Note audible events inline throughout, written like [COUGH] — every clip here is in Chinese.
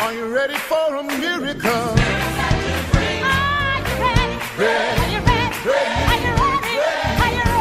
Are you ready for a Are miracle? you ready? Are you ready? Are you ready? Are you ready?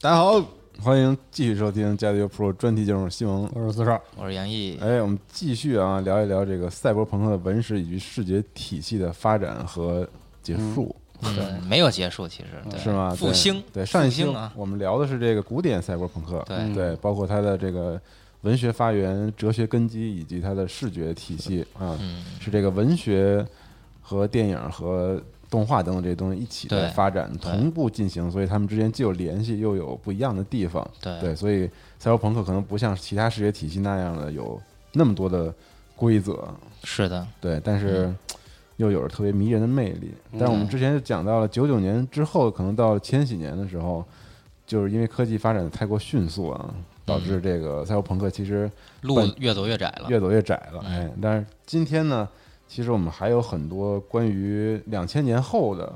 大家好，欢迎继续收听《加油 Pro》专题节目，西蒙。我是四少，我是杨毅，哎，我们继续啊，聊一聊这个赛博朋克的文史以及视觉体系的发展和结束。嗯，没有结束，其实对是吗？复对兴，对上一复期兴啊，我们聊的是这个古典赛博朋克，对包括它的这个文学发源、哲学根基以及它的视觉体系嗯啊，是这个文学和电影和动画等等这些东西一起对在发展，对同步进行，所以他们之间既有联系，又有不一样的地方。对对，所以赛博朋克可能不像其他视觉体系那样的有那么多的规则，是的，对，但嗯是又有着特别迷人的魅力。但是我们之前就讲到了九九年之后，可能到了千禧年的时候，就是因为科技发展的太过迅速啊，导致嗯这个赛博朋克其实路本越走越窄了，越走越窄嗯了。哎，但是今天呢，其实我们还有很多关于两千年后的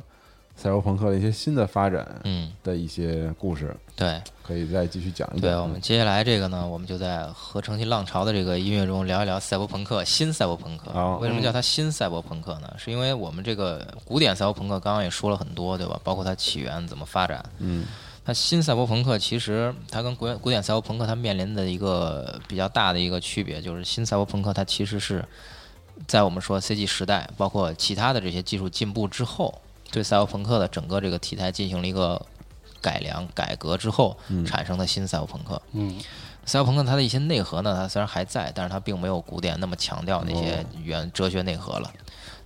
赛博朋克的一些新的发展嗯，的一些故事，对可以再继续讲一讲。对，我们接下来这个呢，我们就在合成器浪潮的这个音乐中聊一聊赛博朋克，新赛博朋克哦。为什么叫它新赛博朋克呢？是因为我们这个古典赛博朋克刚刚也说了很多，对吧？包括它起源怎么发展，嗯那新赛博朋克其实它跟古典古典赛博朋克它面临的一个比较大的一个区别，就是新赛博朋克它其实是在我们说 CG 时代，包括其他的这些技术进步之后，对赛博朋克的整个这个体态进行了一个改良改革之后产生的新赛博朋克。嗯，赛博朋克它的一些内核呢，它虽然还在，但是它并没有古典那么强调那些哦原哲学内核了。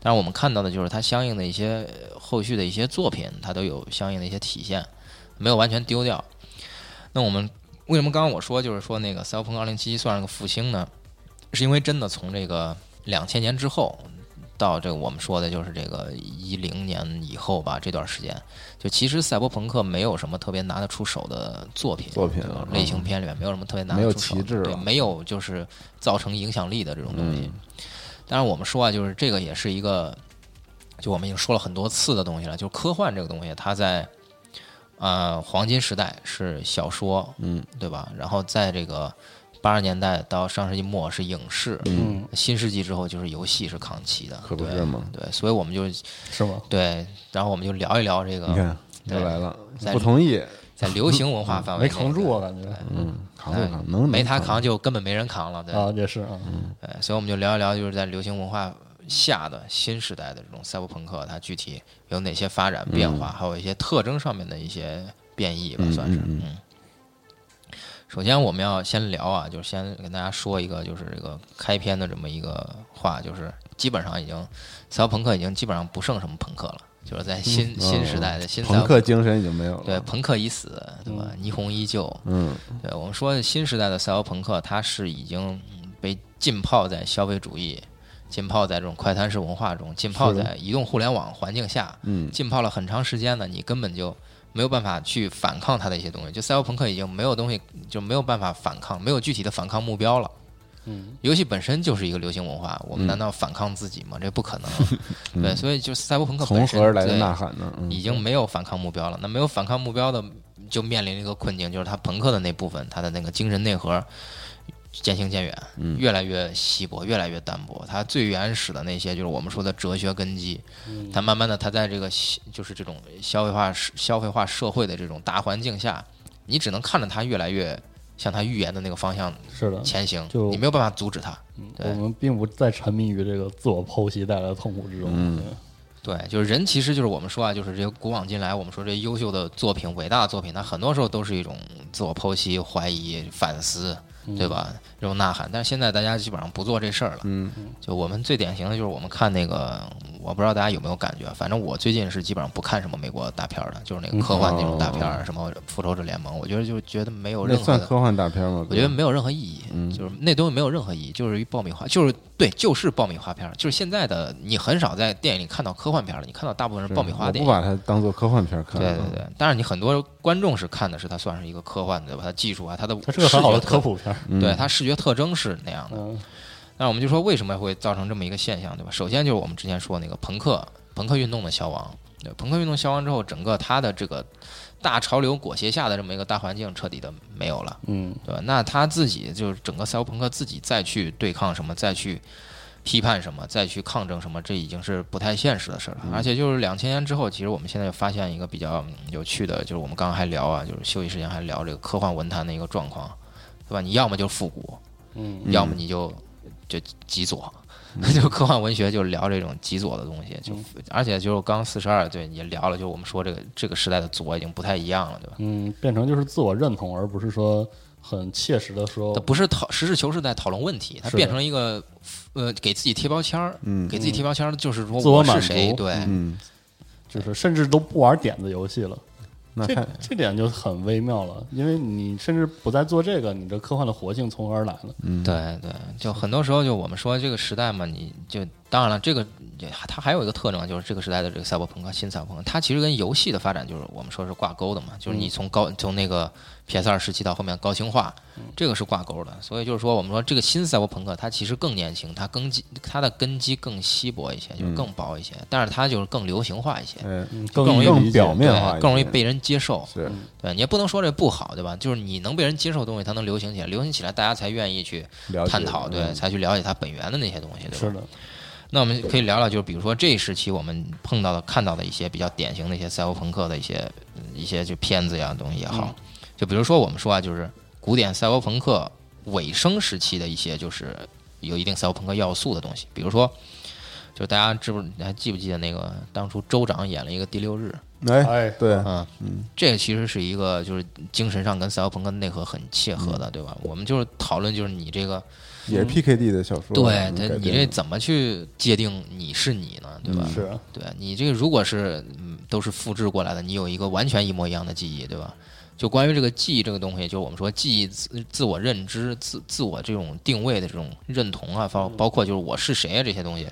但是我们看到的就是它相应的一些呃后续的一些作品，它都有相应的一些体现，没有完全丢掉。那我们为什么刚刚我说就是说那个赛博朋克二零七七算是个复兴呢？是因为真的从这个两千年之后到这个我们说的就是这个一零年以后吧，这段时间就其实赛博朋克没有什么特别拿得出手的作品，作品对吧嗯类型片里面没有什么特别拿没有得出手的，旗帜了嗯对，没有就是造成影响力的这种东西。当然我们说啊，就是这个也是一个，就我们已经说了很多次的东西了，就是科幻这个东西，它在呃黄金时代是小说，嗯，对吧？然后在这个八十年代到上世纪末是影视，嗯，新世纪之后就是游戏是扛旗的，可不对是吗对，所以我们就是吗？对，然后我们就聊一聊这你个看又来了，在不同意，在流行文化范围没内扛住啊，的感觉嗯，扛哎不扛？能没他扛扛就根本没人扛了，对啊，也是啊，呃对，所以我们就聊一聊，就是在流行文化下的新时代的这种赛博朋克，它具体有哪些发展变化，还有一些特征上面的一些变异吧，嗯算是嗯嗯。首先，我们要先聊啊，就是先跟大家说一个，就是这个开篇的这么一个话，就是基本上已经赛博朋克已经基本上不剩什么朋克了，就是在新、新时代的新嗯赛哦朋博克精神已经没有了。对，朋克已死，对吧？霓虹依旧，嗯，对我们说新时代的赛博朋克，它是已经嗯被浸泡在消费主义、浸泡在这种快餐式文化中、浸泡在移动互联网环境下，嗯浸泡了很长时间呢，你根本就没有办法去反抗它的一些东西。就赛博朋克已经没有东西，就没有办法反抗，没有具体的反抗目标了。嗯，游戏本身就是一个流行文化，嗯我们难道反抗自己吗？这不可 [LAUGHS] 能。啊对，所以就赛博朋克从本身何而来的对呐喊呢？嗯已经没有反抗目标了。那没有反抗目标的，就面临一个困境，就是他朋克的那部分，他的那个精神内核渐行渐远，越来越稀薄，越来越淡薄。他最原始的那些，就是我们说的哲学根基，他慢慢的，他在这个西就是这种消费化社消费化社会的这种大环境下，你只能看着他越来越向他预言的那个方向是的，前行，就你没有办法阻止他。对我们并不再沉迷于这个自我剖析带来的痛苦之中。嗯对对，就是人，其实就是我们说啊，就是这些古往今来，我们说这些优秀的作品、伟大的作品，它很多时候都是一种自我剖析、怀疑、反思，嗯对嗯吧？这种呐喊。但是现在大家基本上不做这事儿了。嗯，就我们最典型的就是我们看那个，我不知道大家有没有感觉，反正我最近是基本上不看什么美国大片儿的，就是那个科幻那种大片儿，什么《复仇者联盟》，我觉得就觉得没有哦那任何算的科幻大片吗？我觉得嗯没有任何意义，就是那东西没有任何意义，就是一爆米花，就是对，就是爆米花片儿，就是现在的你很少在电影里看到科幻片儿了，你看到大部分是是爆米花我电不影。把它当做科幻片看。啊对对对，嗯但是你很多观众是看的是它算是一个科幻的，对吧？它技术啊，它的它是视个很好觉的特科，普片儿。嗯对它视觉特征是那样的。嗯，那我们就说为什么会造成这么一个现象，对吧？首先就是我们之前说那个朋克，朋克运动的消亡。对，朋克运动消亡之后，整个它的这个大潮流裹挟下的这么一个大环境彻底的没有了。嗯，对吧？那他自己就是整个赛博朋克自己再去对抗什么，再去批判什么，再去抗争什么，这已经是不太现实的事儿了。而且就是两千年之后，其实我们现在又发现一个比较嗯有趣的，就是我们刚刚还聊啊，就是休息时间还聊这个科幻文坛的一个状况，对吧？你要么就复古，嗯，要么你就就极左。 [LAUGHS] 就科幻文学就聊这种极左的东西，就而且就是刚四十二对也聊了，就是我们说这个这个时代的左已经不太一样了，对吧？嗯，变成就是自我认同，而不是说很切实的说它，不是讨实事求是在讨论问题，它是的变成了一个呃给自己贴标签儿，给自己贴标签儿就是说自我我是满谁，足对，嗯，就是甚至都不玩点子游戏了。那这太这点就很微妙了，因为你甚至不再做这个，你这科幻的活性从何而来呢？嗯对对，就很多时候就我们说这个时代嘛，你就当然了，这个也它还有一个特征啊就是这个时代的这个赛博朋克、新赛博朋克，它其实跟游戏的发展就是我们说是挂钩的嘛，就是嗯你从高从那个 PS 二时期到后面高清化，嗯这个是挂钩的。所以就是说，我们说这个新赛博朋克它其实更年轻，它根基它的根基更稀薄一些，嗯就是更薄一些，但是它就是更流行化一些。哎更容易更理解表面对，变化一些更容易被人接受。是对你也不能说这不好，对吧？就是你能被人接受的东西，它能流行起来，流行起来，大家才愿意去了解探讨，对，嗯才去了解它本源的那些东西，对是吧？的，那我们可以聊聊，就是比如说这一时期我们碰到的、看到的一些比较典型的一些赛博朋克的一些一些就片子呀东西也好，嗯就比如说我们说啊，就是古典赛博朋克尾声时期的一些就是有一定赛博朋克要素的东西，比如说。就是大家知不你还记不记得那个当初州长演了一个第六日，哎哎对，嗯，这个其实是一个就是精神上跟赛博朋克内核很切合嗯的，对吧？我们就是讨论就是你这个也是 PKD 的小说。嗯对嗯它改你编这的怎么去界定你是你呢？对吧？是啊对你这个如果是嗯都是复制过来的，你有一个完全一模一样的记忆，对吧？就关于这个记忆这个东西，就我们说记忆自自我认知、自自我这种定位的这种认同啊，包包括就是我是谁啊这些东西，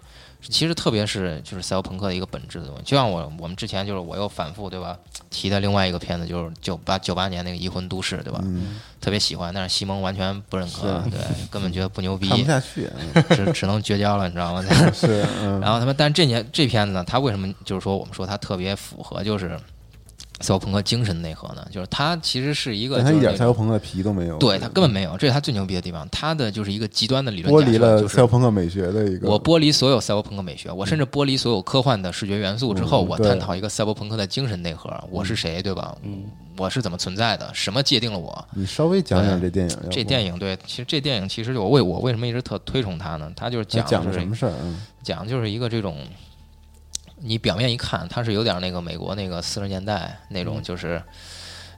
其实特别是就是赛博朋克的一个本质的东西。就像我我们之前就是我又反复对吧提的另外一个片子就是九八九八年那个《移魂都市》，对吧？嗯特别喜欢，但是西蒙完全不认可，对，根本觉得不牛逼看，不下去，只只能绝交了，你知道吗？ [LAUGHS] 嗯是嗯然后他们，但是这年这片子呢，它为什么就是说我们说它特别符合就是赛博朋克精神内核呢？就是它其实是一个但他就是一点那赛种博朋克皮都没有。对它根本没有，这是它最牛逼的地方，它的就是一个极端的理论剥假离设了就赛是博朋克美学的一个。我剥离所有赛博朋克美学，我甚至剥离所有科幻的视觉元素之后，嗯我对探讨一个赛博朋克的精神内核，我是谁，对吧？嗯，我是怎么存在的，什么界定了我。你稍微讲讲这电影，这电影影对，其实这电影其实我为我为什么一直特推崇它呢？它就是讲讲的的就是什么事儿？嗯讲的就是一个这种，你表面一看，它是有点那个美国那个四十年代那种，就是、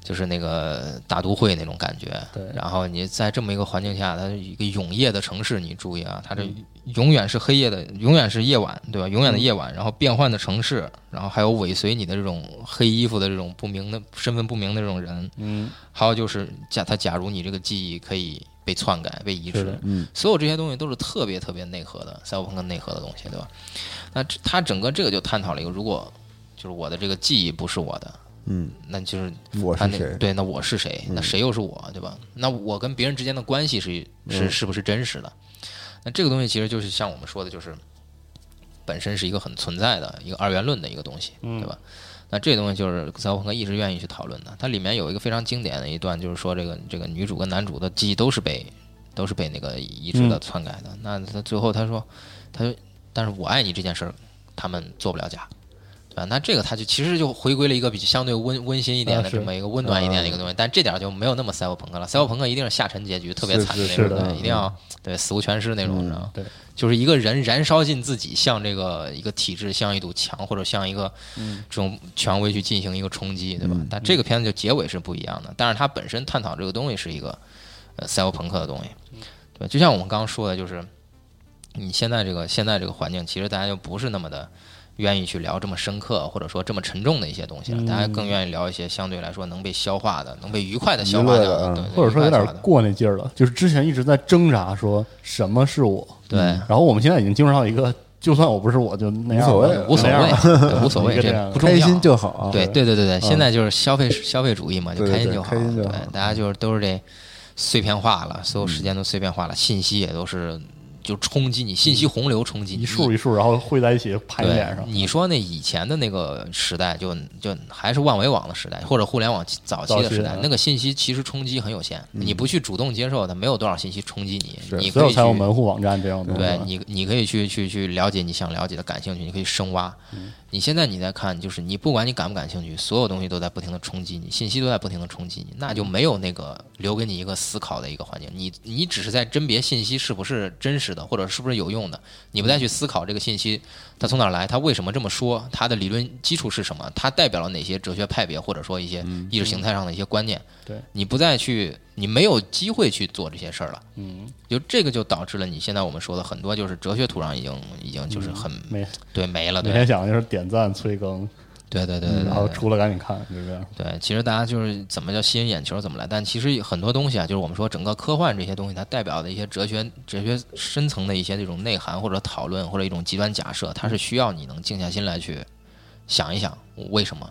就是那个大都会那种感觉。对然后你在这么一个环境下，它是一个永夜的城市，你注意啊，它这永远是黑夜的，永远是夜晚，对吧？永远的夜晚，然后变换的城市，然后还有尾随你的这种黑衣服的这种不明的身份不明的这种人，嗯，还有就是假他假如你这个记忆可以被篡改、被移是植的，嗯，所有这些东西都是特别特别内核的赛博朋克内核的东西，对吧？那这它整个这个就探讨了一个，如果就是我的这个记忆不是我的，嗯，那就是我他是那谁？嗯对，那我是谁？那谁又是我？对吧？那我跟别人之间的关系是是嗯是不是真实的？那这个东西其实就是像我们说的，就是本身是一个很存在的一个二元论的一个东西，对吧？那这东西就是赛博朋克一直愿意去讨论的。它里面有一个非常经典的一段，就是说这个这个女主跟男主的记忆都是被都是被那个移植的嗯篡改的。那他最后他说，他说，但是我爱你这件事儿，他们做不了假。对吧？那这个他就其实就回归了一个比较相对温温馨一点啊的是啊这么一个温暖一点的一个东西，但这点儿就没有那么赛博朋克了。赛博朋克一定是下沉结局，特别是惨是那是种，的对，嗯一定要对死无全尸那种，你知道吗？对，就是一个人燃烧尽自己，向这个一个体制，向一堵墙，或者向一个嗯这种权威去进行一个冲击，对吧？但这个片子就结尾是不一样的，但是它本身探讨这个东西是一个呃赛博朋克的东西，对吧，就像我们刚刚说的，就是你现在这个现在这个环境，其实大家就不是那么的。愿意去聊这么深刻或者说这么沉重的一些东西了，大家更愿意聊一些相对来说能被消化的、能被愉快的消嗯化娱乐掉的啊对对或者说有愉快地消点化掉过那劲儿了，就是之前一直在挣扎说什么是我，对然后我们现在已经进入到一个，就算我不是我就那样无了，所谓了无所那样谓了，对无 [LAUGHS] 所谓，一个这这样不重要，开心就好啊。对对对对对，现在就是消费消费主义嘛，就对对开心对就好，开心就好嗯对，大家就是都是这碎片化了，所有时间都碎片化了，信息也都是就冲击你，信息洪流冲击你一束一束，然后汇在一起拍对脸上，你说那以前的那个时代就，就还是万维网的时代，或者互联网早期早的期时代嗯，那个信息其实冲击很有限，你不去主动接受它，没有多少信息冲击你，你可所有以才有嗯去门户网站这样的东西对吧，你，你可以去去去了解你想了解的、感兴趣，你可以深挖。嗯你现在你在看，就是你不管你感不感兴趣，所有东西都在不停的冲击你，信息都在不停的冲击你，那就没有那个留给你一个思考的一个环境。你你只是在甄别信息是不是真实的，或者是不是有用的，你不再去思考这个信息它从哪儿来，它为什么这么说，它的理论基础是什么，它代表了哪些哲学派别，或者说一些意识形态上的一些观念。嗯对你不再去，你没有机会去做这些事儿了。嗯，就这个就导致了你现在我们说的很多就是哲学土壤已经已经嗯就是很、每对没了，每对天想的就是点赞催更，对对对对嗯然后对对。出了赶紧看，就是这样。对，其实大家就是怎么叫吸引眼球怎么来，但其实很多东西啊，就是我们说整个科幻这些东西，它代表的一些哲学、哲学深层的一些这种内涵或者讨论或者一种极端假设，它是需要你能静下心来去想一想为什么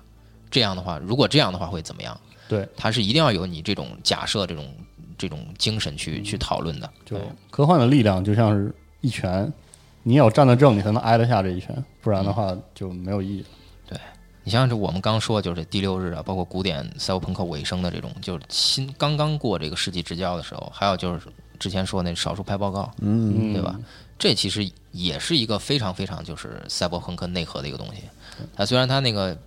这样的话，如果这样的话会怎么样？对，它是一定要有你这种假设、这种这种精神去去讨论的。就对科幻的力量就像是一拳，你要站得正，你才能挨得下这一拳，不然的话就没有意义。你像这我们刚说就是第六日啊，包括古典赛博朋克尾声的这种，就是新刚刚过这个世纪之交的时候，还有就是之前说那少数派报告，嗯，嗯，对吧？？这其实也是一个非常非常就是赛博朋克内核的一个东西。它虽然它那个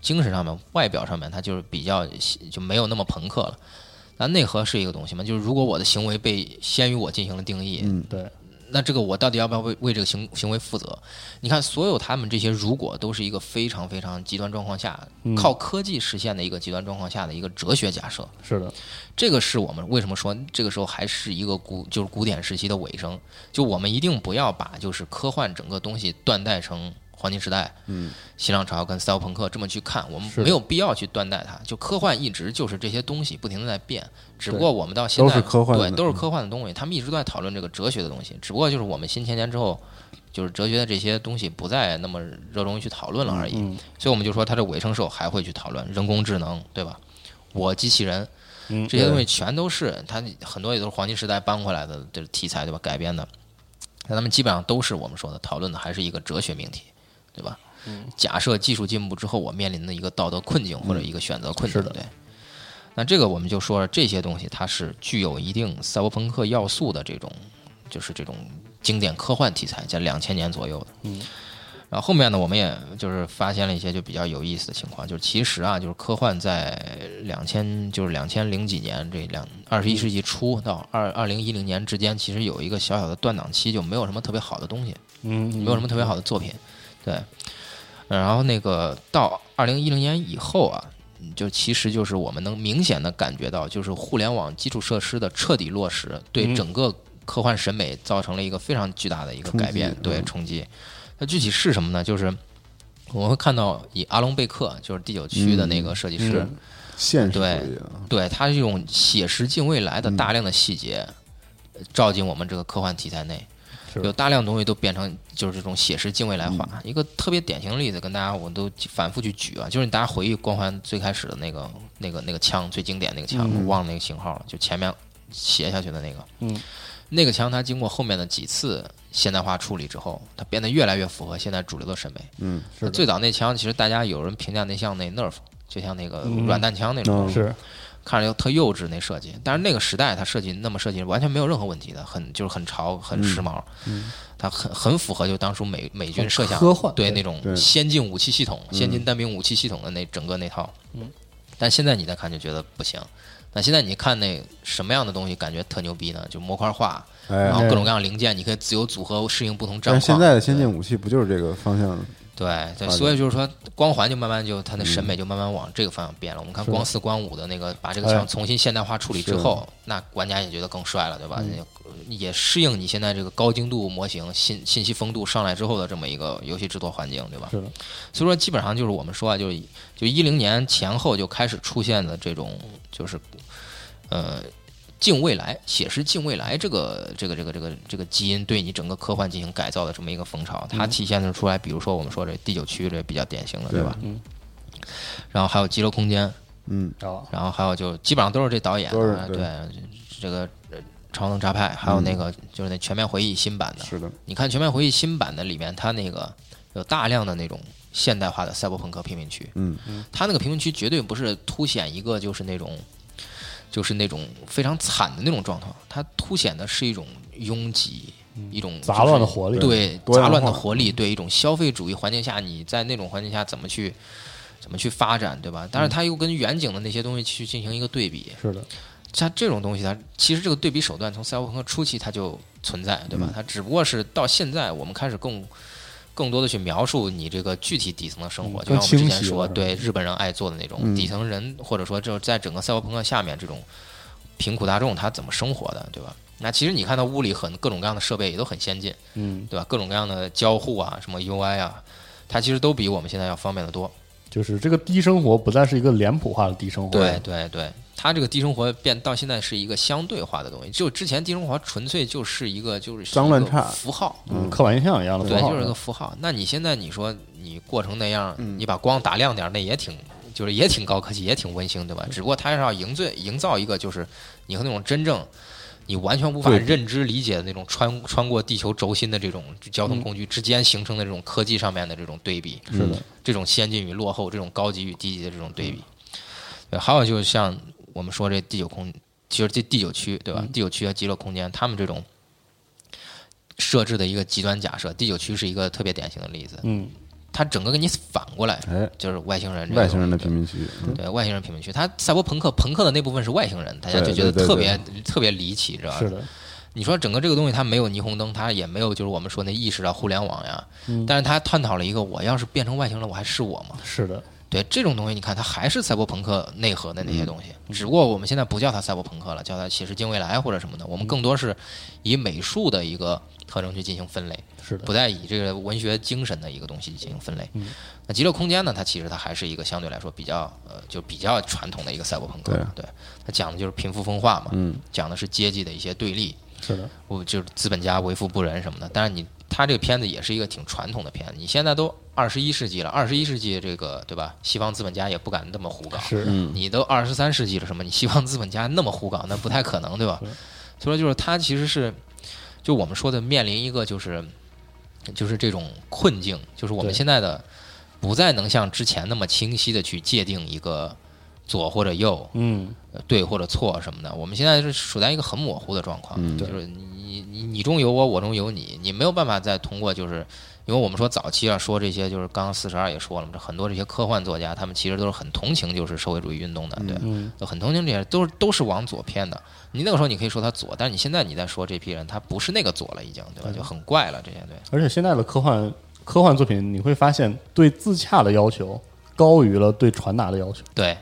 精神上面、外表上面，它就是比较就没有那么朋克了，但内核是一个东西嘛。就是如果我的行为被先于我进行了定义，嗯对，那这个我到底要不要为为这个行行为负责？你看，所有他们这些如果都是一个非常非常极端状况下，靠科技实现的一个极端状况下的一个哲学假设，是的，这个是我们为什么说这个时候还是一个古就是古典时期的尾声，就我们一定不要把就是科幻整个东西断代成黄金时代、嗯，新浪潮跟赛博朋克这么去看，我们是的没有必要去断代它。就科幻一直就是这些东西不停的在变，只不对过我们到现在都是科幻的对都是科幻的东西，他们一直都在讨论这个哲学的东西，只不过就是我们新千年之后。就是哲学的这些东西不再那么热衷于去讨论了而已，嗯所以我们就说它这尾声时候还会去讨论人工智能，对吧？我机器人，嗯，这些东西全都是它很多也都是黄金时代搬回来的这题材对吧？改编的，那他们基本上都是我们说的讨论的还是一个哲学命题，对吧？嗯假设技术进步之后我面临的一个道德困境或者一个选择困境，是的对。那这个我们就说这些东西它是具有一定赛博朋克要素的这种，就是这种经典科幻题材，在两千年左右的。嗯。然后后面呢，我们也就是发现了一些就比较有意思的情况，就是其实啊，就是科幻在两千就是两千零几年这两二十一世纪初到二二零一零年之间，其实有一个小小的断档期，就没有什么特别好的东西，嗯，没有什么特别好的作品，对。呃然后那个到二零一零年以后啊，就其实就是我们能明显的感觉到，就是互联网基础设施的彻底落实，对嗯整个科幻审美造成了一个非常巨大的一个冲改击变，对嗯冲击。那具体是什么呢？就是我会看到以阿隆贝克，就是第九区的那个设计师，嗯现实主对义啊，对他这种写实近未来的嗯大量的细节，呃照进我们这个科幻题材内，是嗯有大量东西都变成就是这种写实近未来化。一个特别典型的例子，跟大家我都反复去举啊，就是大家回忆《光环》最开始的那个那个那个枪，最经典那个枪，我忘了那个型号了，就前面斜下去的那个，嗯，那个枪它经过后面的几次现代化处理之后，它变得越来越符合现在主流的审美。嗯，是的啊最早那枪，其实大家有人评价那像那 Nerf，就像那个嗯软弹枪那种东西。是看着又特幼稚那设计，但是那个时代它设计那么设计完全没有任何问题的，很就是很潮很时髦，嗯它很很符合就当初美美军设想科幻对对那种对嗯先进武器系统、先进单兵武器系统的那整个那套，但现在你再看就觉得不行。那现在你看那什么样的东西感觉特牛逼呢？就模块化，然后哎，各种各样零件你可以自由组合，适应不同战但况。是现在的先进武器不就是这个方向？对对，发所以就是说，光环就慢慢就它的审美就慢慢往这个方向变了。我们看光四、光五的那个，把这个哎枪重新现代化处理之后，那玩家也觉得更帅了，对吧？也适应你现在这个高精度模型、信信息丰度上来之后的这么一个游戏制作环境，对吧？是的，所以说，基本上就是我们说啊，就是就一零年前后就开始出现的这种，就是呃。近未来、写实近未来这个、这个、这个、这个、这个基因对你整个科幻进行改造的这么一个风潮，嗯它体现的出来，比如说我们说这第九区这比较典型的，对吧？嗯。然后还有《激流空间》，嗯，啊，然后还有就基本上都是这导演都是啊，对嗯对这个呃超能扎派，还有那个就是那《全面回忆》新版的，是的，你看《全面回忆》新版的里面，它那个有大量的那种现代化的赛博朋克贫民区，嗯，它那个贫民区绝对不是凸显一个就是那种就是那种非常惨的那种状况，它凸显的是一种拥挤。一种嗯杂就是乱的活力对多杂样乱的化活力，对一种消费主义环境下，你在那种环境下怎么去怎么去发展，对吧？嗯但是它又跟远景的那些东西去进行一个对比，是的，像这种东西它，其实这个对比手段从赛博朋克初期它就存在，对吧？嗯它只不过是到现在我们开始更更多的去描述你这个具体底层的生活，嗯就像我们之更前清晰了说，是吧嗯对日本人爱做的那种底层人，或者说就是在整个赛博朋克下面这种贫苦大众他怎么生活的，对吧？那其实你看到屋里很各种各样的设备也都很先进，嗯，对吧？各种各样的交互啊，什么 UI 啊，它其实都比我们现在要方便的多。就是这个低生活不再是一个脸谱化的低生活，对，对对，它这个低生活变到现在是一个相对化的东西，只有之前低生活纯粹就是一个就是脏乱一个差符号，嗯，刻板印象一样的符对，号，就是个符号。那你现在你说你过成那样，嗯你把光打亮点儿，那也挺就是也挺高科技，也挺温馨，对嗯吧？只不过它是要营造营造一个就是你和那种真正。你完全无法对认知理解的那种穿穿过地球轴心的这种交通工具之间形成的这种科技上面的这种对比，嗯是的，这种先进与落后、这种高级与低级的这种对比。嗯对，还有就是像我们说这第九空，其实这第九区对吧？嗯第九区和极乐空间，他们这种设置的一个极端假设，第九区是一个特别典型的例子，嗯，它整个给你反过来，哎，就是外星人这外种星人的对贫民区，嗯对外星人贫民区，它赛博朋克朋克的那部分是外星人，大家对就觉得对对特别特别离奇，知道吧？是的，你说整个这个东西，它没有霓虹灯，它也没有就是我们说那意识啊、互联网呀，嗯但是它探讨了一个，我要是变成外星人，我还是我吗？是的，对这种东西，你看它还是赛博朋克内核的那些东西，嗯只不过我们现在不叫它赛博朋克了，叫它写实近未来或者什么的。我们更多是以美术的一个特征去进行分类，是的，不再以这个文学精神的一个东西进行分类。那极乐空间呢，它其实它还是一个相对来说比较呃，就比较传统的一个赛博朋克对啊。对，它讲的就是贫富分化嘛，嗯讲的是阶级的一些对立，是的，我就是资本家为富不仁什么的。但是你他这个片子也是一个挺传统的片子，你现在都二十一世纪了，二十一世纪这个对吧？西方资本家也不敢那么胡搞，嗯是你都二十三世纪了，什么你西方资本家那么胡搞，那不太可能对吧？所以说就是他其实是就我们说的面临一个就是就是这种困境，就是我们对现在的不再能像之前那么清晰的去界定一个左或者右，嗯，呃对或者错什么的，我们现在是处在一个很模糊的状况，嗯就对是你你你中有我，我中有你，你没有办法再通过就是因为我们说早期啊，说这些就是刚刚四十二也说了嘛，这很多这些科幻作家，他们其实都是很同情就是社会主义运动的，对，嗯都很同情这些，都是都是往左偏的。你那个时候你可以说他左，但是你现在你在说这批人，他不是那个左了，已经对吧？就很怪了，这些对。而且现在的科幻科幻作品，你会发现对自洽的要求高于了对传达的要求。对，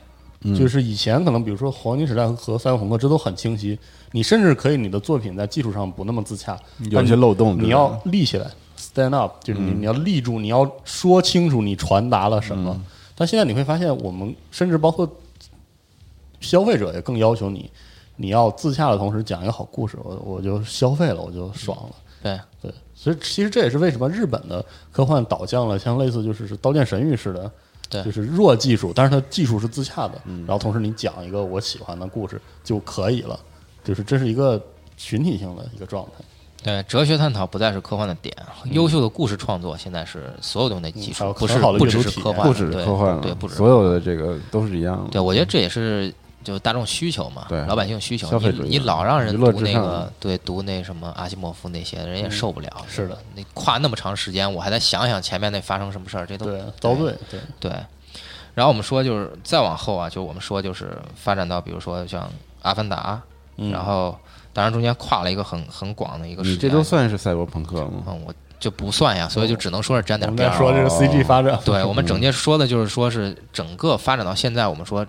嗯就是以前可能比如说黄金时代和赛博朋克，这都很清晰。你甚至可以你的作品在技术上不那么自洽，有一些漏洞之类的你要嗯立起来，stand up，就是你、你要立住，你要说清楚你传达了什么。但现在你会发现，我们甚至包括消费者也更要求你，你要自洽的同时讲一个好故事，我我就消费了，我就爽了。对，对，所以其实这也是为什么日本的科幻导向了像类似就是是《刀剑神域》似的，对就是弱技术，但是它技术是自洽的，然后同时你讲一个我喜欢的故事就可以了，就是这是一个群体性的一个状态。对，哲学探讨不再是科幻的点，优秀的故事创作现在是所有东西的基嗯还础有，不是很好的不阅只读是体科验幻，不只是对科幻了，对，不只是所有的这个都是一样的。对，我觉得这也是就是大众需求嘛，对老百姓需求。消费你主义你嘛老让人娱乐读至那上个，对，读那什么阿西莫夫那些，人也受不了。嗯是的，你跨那么长时间，我还得想想前面那发生什么事儿，这都对，遭罪，对，对。然后我们说就是再往后啊，就我们说就是发展到比如说像《阿凡达》，嗯然后当然中间跨了一个很很广的一个时你间，这都算是赛博朋克吗？嗯，我就不算呀，所以就只能说是沾我点们边在儿。哦说这个 CG 发嗯展，对，我们整届说的就是说是整个发展到现在，我们说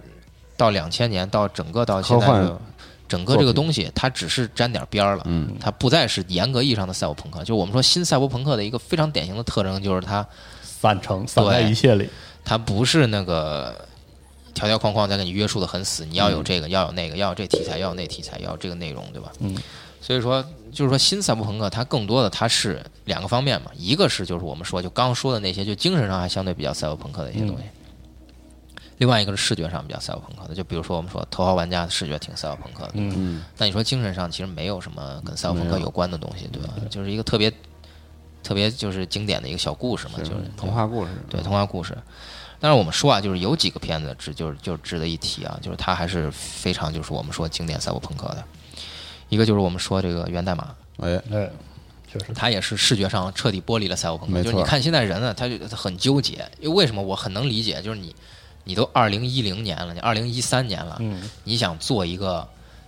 到两千年到整个到现在科幻的整个这个东西，它只是沾点边儿了，嗯，它不再是严格意义上的赛博朋克。就我们说新赛博朋克的一个非常典型的特征，就是它 [LAUGHS] 散成散在一切里，它不是那个条条框框在给你约束的很死，你要有这个，要有那个，要有这题材，要有那题材，要有这个内容，对吧？嗯。所以说，就是说新赛博朋克它更多的它是两个方面嘛，一个是就是我们说就刚刚说的那些，就精神上还相对比较赛博朋克的一些东西。另外一个是视觉上比较赛博朋克的，就比如说我们说《头号玩家》的视觉挺赛博朋克的，嗯，但你说精神上其实没有什么跟赛博朋克有关的东西，对吧？就是一个特别特别就是经典的一个小故事嘛，就是童话故事，对童话故事。但是我们说啊，就是有几个片子值就是就是值得一提啊，就是它还是非常就是我们说经典赛博朋克的。一个就是我们说这个源代码，哎，对，确实，它也是视觉上彻底剥离了赛博朋克。没就错是你看现在人呢，他就他很纠结，因为为什么我很能理解，就是你你都二零一零年了，你二零一三年了，嗯，你想做一个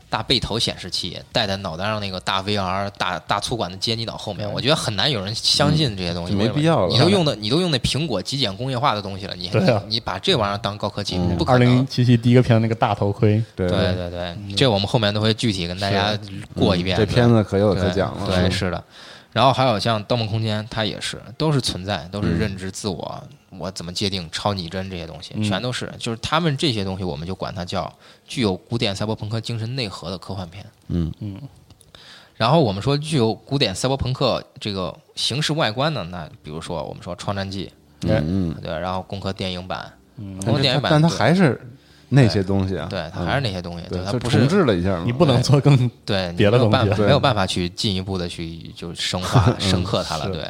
大背头显示器，戴在脑袋上那个大 VR 大大粗管的接你脑后面，对我觉得很难有人相信这些东西。嗯没为什么必要了你 [LAUGHS] 都用的你都用那苹果极简工业化的东西了，你对啊你把这玩意儿当高科技，嗯不可二零能。七七第一个片那个大头盔，对对对对，这我们后面都会具体跟大家过一遍。嗯这对片子可有可对讲了，嗯对，是的。然后还有像《盗梦空间》，它也是都是存在，都嗯是认知自我，我怎么界定超拟真这些东嗯西，全都是就是他们这些东西，我们就管它叫具有古典赛博朋克精神内核的科幻片。嗯嗯。然后我们说具有古典赛博朋克这个形式外观呢，那比如说我们说《创战记》，哎嗯嗯，对吧，然后《攻壳电影版》，嗯，但攻壳电是影它但版，它还是那些东西啊，对，它嗯还是那些东西，对，对，它就不重是置了一下嘛，哎你不能做更对，你别的没有东办西法，对没有办法去进一步的去就 [LAUGHS] 升华、深刻它了，对。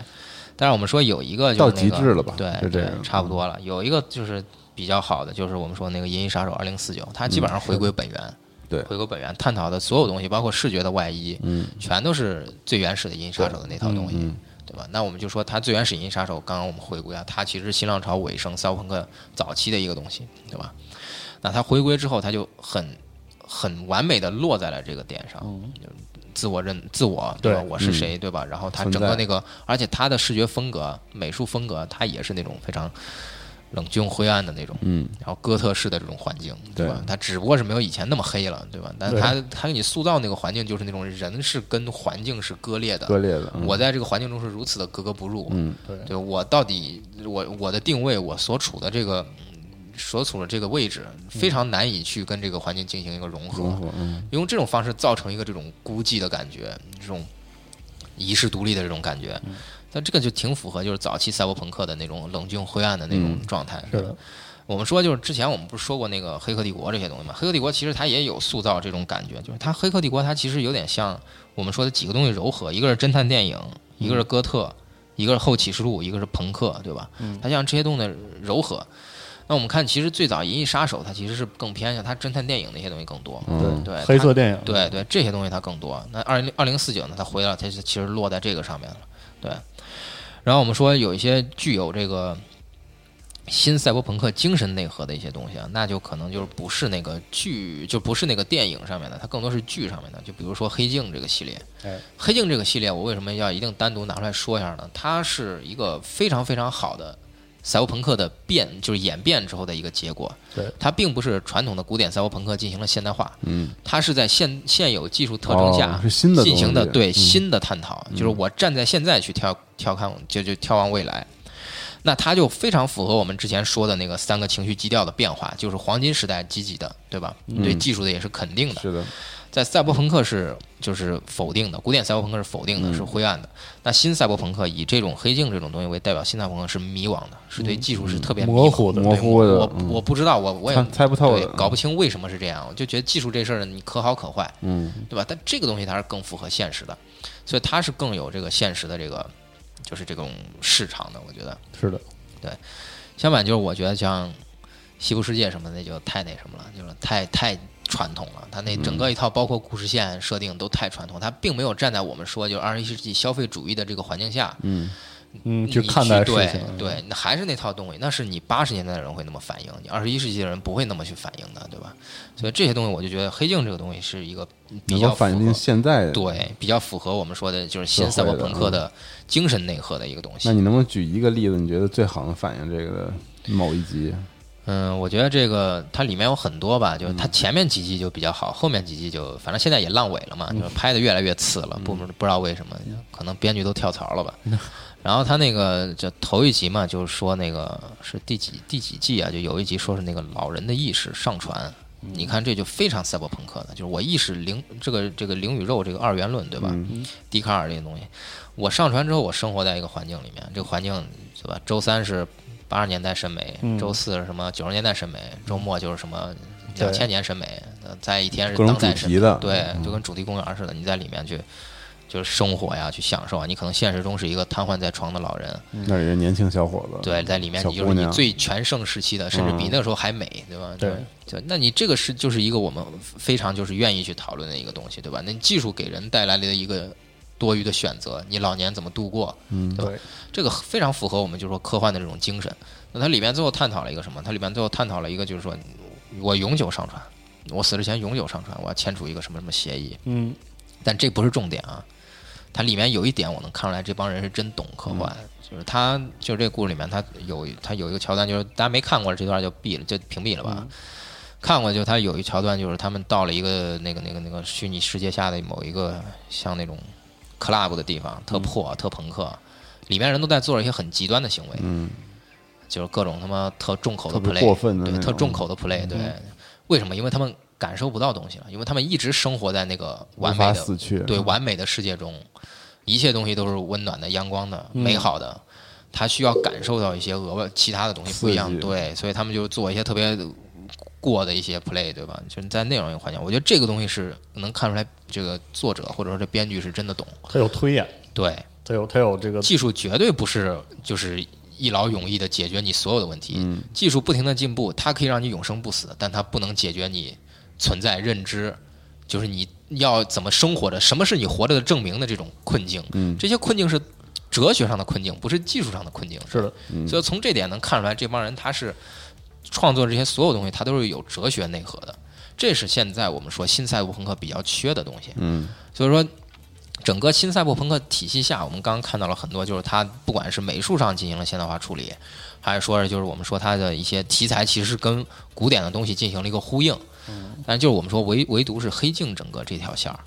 但是我们说有一个就是到那个极致了吧对，就这对样嗯差不多了。有一个就是比较好的，就是我们说那个《银翼杀手二零四九》，它基本上回归本源，嗯对嗯回归本源，探讨的所有东西，包括视觉的外衣，全都是最原始的《银翼杀手》的那套东西，对吧？那我们就说它最原始《银翼杀手》，刚刚我们回归啊，它其实是新浪潮尾声、赛博朋克早期的一个东西，对吧？那它回归之后，它就很很完美的落在了这个点上，哦就自我认自我，对吧？对我是谁，对吧？然后它嗯存整个在那个，而且它的视觉风格、美术风格，它也是那种非常冷峻灰暗的那种，嗯，然后哥特式的这种环境，对吧？它只不过是没有以前那么黑了，对吧？但它它给你塑造那个环境，就是那种人是跟环境是割裂的，割裂的，嗯我在这个环境中是如此的格格不入，嗯，对对我到底我我的定位，我所处的这个嗯所处的这个位置，非常难以去跟这个环境进行一个融合，融合嗯用这种方式造成一个这种孤寂的感觉，这种遗世独立的这种感觉。但这个就挺符合就是早期赛博朋克的那种冷峻灰暗的那种状态。是的，我们说就是之前我们不是说过那个《黑客帝国》这些东西嘛，《黑客帝国》其实它也有塑造这种感觉，就是它《黑客帝国》它其实有点像我们说的几个东西糅合，一个是侦探电影，一个是哥特，一个是后启示录，一个是朋克，对吧？它像这些东西的糅合。那我们看，其实最早《银翼杀手》它其实是更偏向它侦探电影那些东西更多，嗯对，黑它色电影，对对，这些东西它更多。那二零二零四九呢，它回来了，它是其实落在这个上面了，对。然后我们说有一些具有这个新赛博朋克精神内核的一些东西啊，那就可能就是不是那个剧，就不是那个电影上面的，它更多是剧上面的。就比如说《黑镜》这个系列，哎黑镜》这个系列，我为什么要一定单独拿出来说一下呢？它是一个非常非常好的赛博朋克的变，就是演变之后的一个结果。对，它并不是传统的古典赛博朋克进行了现代化，嗯，它是在现现有技术特征哦下、是新的进行的东西对、嗯新的探讨，就是我站在现在去跳跳看就就眺望未来。那它就非常符合我们之前说的那个三个情绪基调的变化，就是黄金时代积极的，对吧？对技术的也是肯定嗯的，是的，在赛博朋克是就是否定的，古典赛博朋克是否定的，嗯是灰暗的。那新赛博朋克以这种黑镜这种东西为代表，新赛博朋克是迷惘的，是对技术是特别迷模茫糊的嗯对模糊的我嗯我不知道，我我也看猜不透对的，嗯搞不清为什么是这样。我就觉得技术这事儿呢，你可好可坏，嗯，对吧？但这个东西它是更符合现实的，所以它是更有这个现实的这个就是这种市场的。我觉得是的，相反就是我觉得像西部世界什么的，那就太那什么了，就是太太传统了。它那嗯整个一套包括故事线设定都太传统，它并没有站在我们说就二十一世纪消费主义的这个环境下，嗯，嗯，你去看待事对情，对，那还是那套东西，那是你八十年代的人会那么反应，你二十一世纪的人不会那么去反应的，对吧？所以这些东西，我就觉得《黑镜》这个东西是一个比能较够反符合映现在的。，对比较符合我们说的就是社新会赛博的朋克嗯的精神内核的一个东西。那你能不能举一个例子？你觉得最好能反映这个的某一集？嗯，我觉得这个它里面有很多吧，就是它嗯前面几季就比较好，后面几季就反正现在也烂尾了嗯嘛，就是拍的越来越次了，不不知道为什么，可能编剧都跳槽了吧。然后他那个就头一集嘛，就是说那个是第几第几季啊？就有一集说是那个老人的意识上传，嗯你看这就非常赛博朋克的，就是我意识零这个这个零与肉这个二元论对吧？嗯笛卡尔这个东西，我上传之后，我生活在一个环境里面，这个环境对吧？周三是八十年代审美，嗯周四是什么九十年代审美，周末就是什么对两千年审美，呃再一天是各种当代主审题美的嗯对，就跟主题公园似的，你在里面去就是生活呀，去享受啊。你可能现实中是一个瘫痪在床的老人，那也是年轻小伙子，对，在里面嗯小你就姑是你娘，嗯最全盛时期的，甚至比那个时候还美，对吧？对就，就那你这个是就是一个我们非常就是愿意去讨论的一个东西，对吧？那技术给人带来了一个多余的选择，你老年怎么度过？嗯，对吧对这个非常符合我们就是说科幻的这种精神。那它里面最后探讨了一个什么？它里面最后探讨了一个就是说我永久上传，我死之前永久上传，我要签署一个什么什么协议，嗯，但这不是重点啊。它里面有一点我能看出来，这帮人是真懂科幻。嗯就是他，就是这故事里面，他有他有一个桥段，就是大家没看过这段就毙了，就屏蔽了吧。嗯看过就他有一桥段，就是他们到了一个那个那个那个虚拟世界下的某一个像那种 club 的地方，嗯特破、特朋克，里面人都在做一些很极端的行为，嗯，就是各种他妈特重口的特别 play，过分的对，那特种嗯重口的 play，对。为什么？因为他们感受不到东西了，因为他们一直生活在那个无完美法的死去，对完美的世界中，一切东西都是温暖的、阳光的、嗯美好的。他需要感受到一些额外其他的东西不一样刺，激对，所以他们就做一些特别过的一些 play，对吧？就是在内容一个环境，我觉得这个东西是能看出来，这个作者或者说这编剧是真的懂，他有推演，对，他有他有这个技术绝对不是就是一劳永逸的解决你所有的问题。嗯技术不停的进步，它可以让你永生不死，但它不能解决你存在认知，就是你要怎么生活着，什么是你活着的证明的这种困境。嗯这些困境是哲学上的困境，不是技术上的困境。是的，嗯所以从这点能看出来，这帮人他是创作这些所有东西，他都是有哲学内核的。这是现在我们说新赛博朋克比较缺的东西。嗯，所以说，整个新赛博朋克体系下，我们刚刚看到了很多，就是它不管是美术上进行了现代化处理，还是说是就是我们说它的一些题材其实是跟古典的东西进行了一个呼应。但就是我们说唯唯独是黑镜整个这条线儿，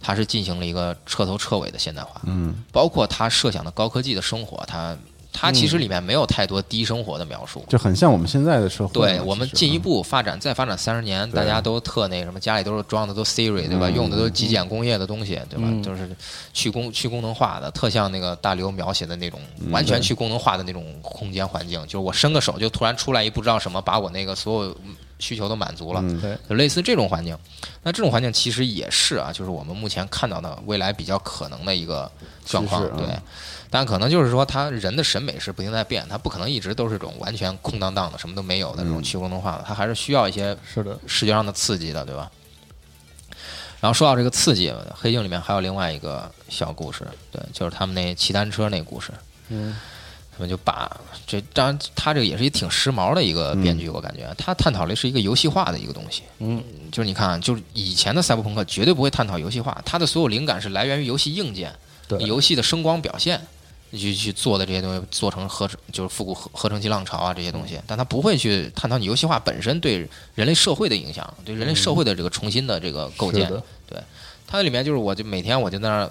它是进行了一个彻头彻尾的现代化。嗯，包括他设想的高科技的生活，它它其实里面没有太多低生活的描述。就很像我们现在的社会嘛。对我们其实嗯进一步发展，再发展三十年，大家都特那什么，家里都是装的都 Siri 对吧？嗯用的都是极简工业的东西对吧？就是去功去功能化的，特像那个大刘描写的那种嗯完全去功能化的那种空间环境，就是我伸个手就突然出来一不知道什么，把我那个所有需求都满足了。嗯对，就类似这种环境。那这种环境其实也是啊，就是我们目前看到的未来比较可能的一个状况趋，势啊对。但可能就是说，他人的审美是不停在变，他不可能一直都是这种完全空荡荡的、什么都没有的嗯这种去功能化的，他还是需要一些是的，视觉上的刺激的，对吧？然后说到这个刺激，《黑镜》里面还有另外一个小故事，对，就是他们那骑单车那故事，嗯，他们就把这当然他这个也是一挺时髦的一个编剧，我感觉他探讨的是一个游戏化的一个东西。嗯，就是你看啊，就是以前的赛博朋克绝对不会探讨游戏化，它的所有灵感是来源于游戏硬件、对游戏的声光表现。去去做的这些东西，做成合成就是复古合合成器浪潮啊这些东嗯西，但它不会去探讨你游戏化本身对人类社会的影响，对人类社会的这个重新的这个构建是。的它里面就是我就每天我就在那儿，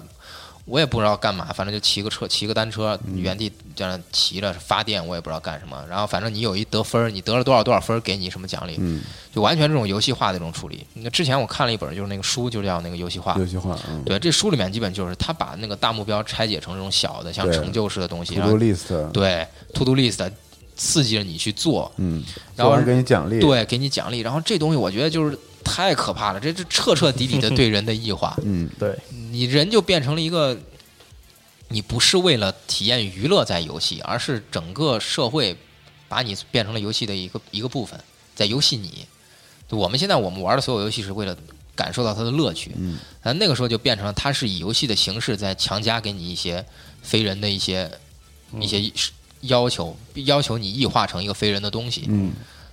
我也不知道干嘛，反正就骑个车，骑个单车，嗯原地这样骑着发电，我也不知道干什么。然后反正你有一得分儿，你得了多少多少分儿，给你什么奖励，嗯，就完全这种游戏化的这种处理。那之前我看了一本就是那个书，就叫那个游戏化游。戏化，嗯，啊对，这书里面基本就是他把那个大目标拆解成这种小的，像对成就式的东西， to 然 do 后 list，对 to do list 刺激着你去做，嗯，然做后完给你奖励，，对，给你奖励。然后这东西我觉得就是太可怕了，这这彻彻底底的对人的异化。嗯，对，你人就变成了一个，你不是为了体验娱乐在游戏，而是整个社会把你变成了游戏的一个一个部分，在游戏你。就我们现在我们玩的所有游戏是为了感受到它的乐趣，嗯，但那个时候就变成了它是以游戏的形式在强加给你一些非人的一些一些要求，要求你异化成一个非人的东西，嗯，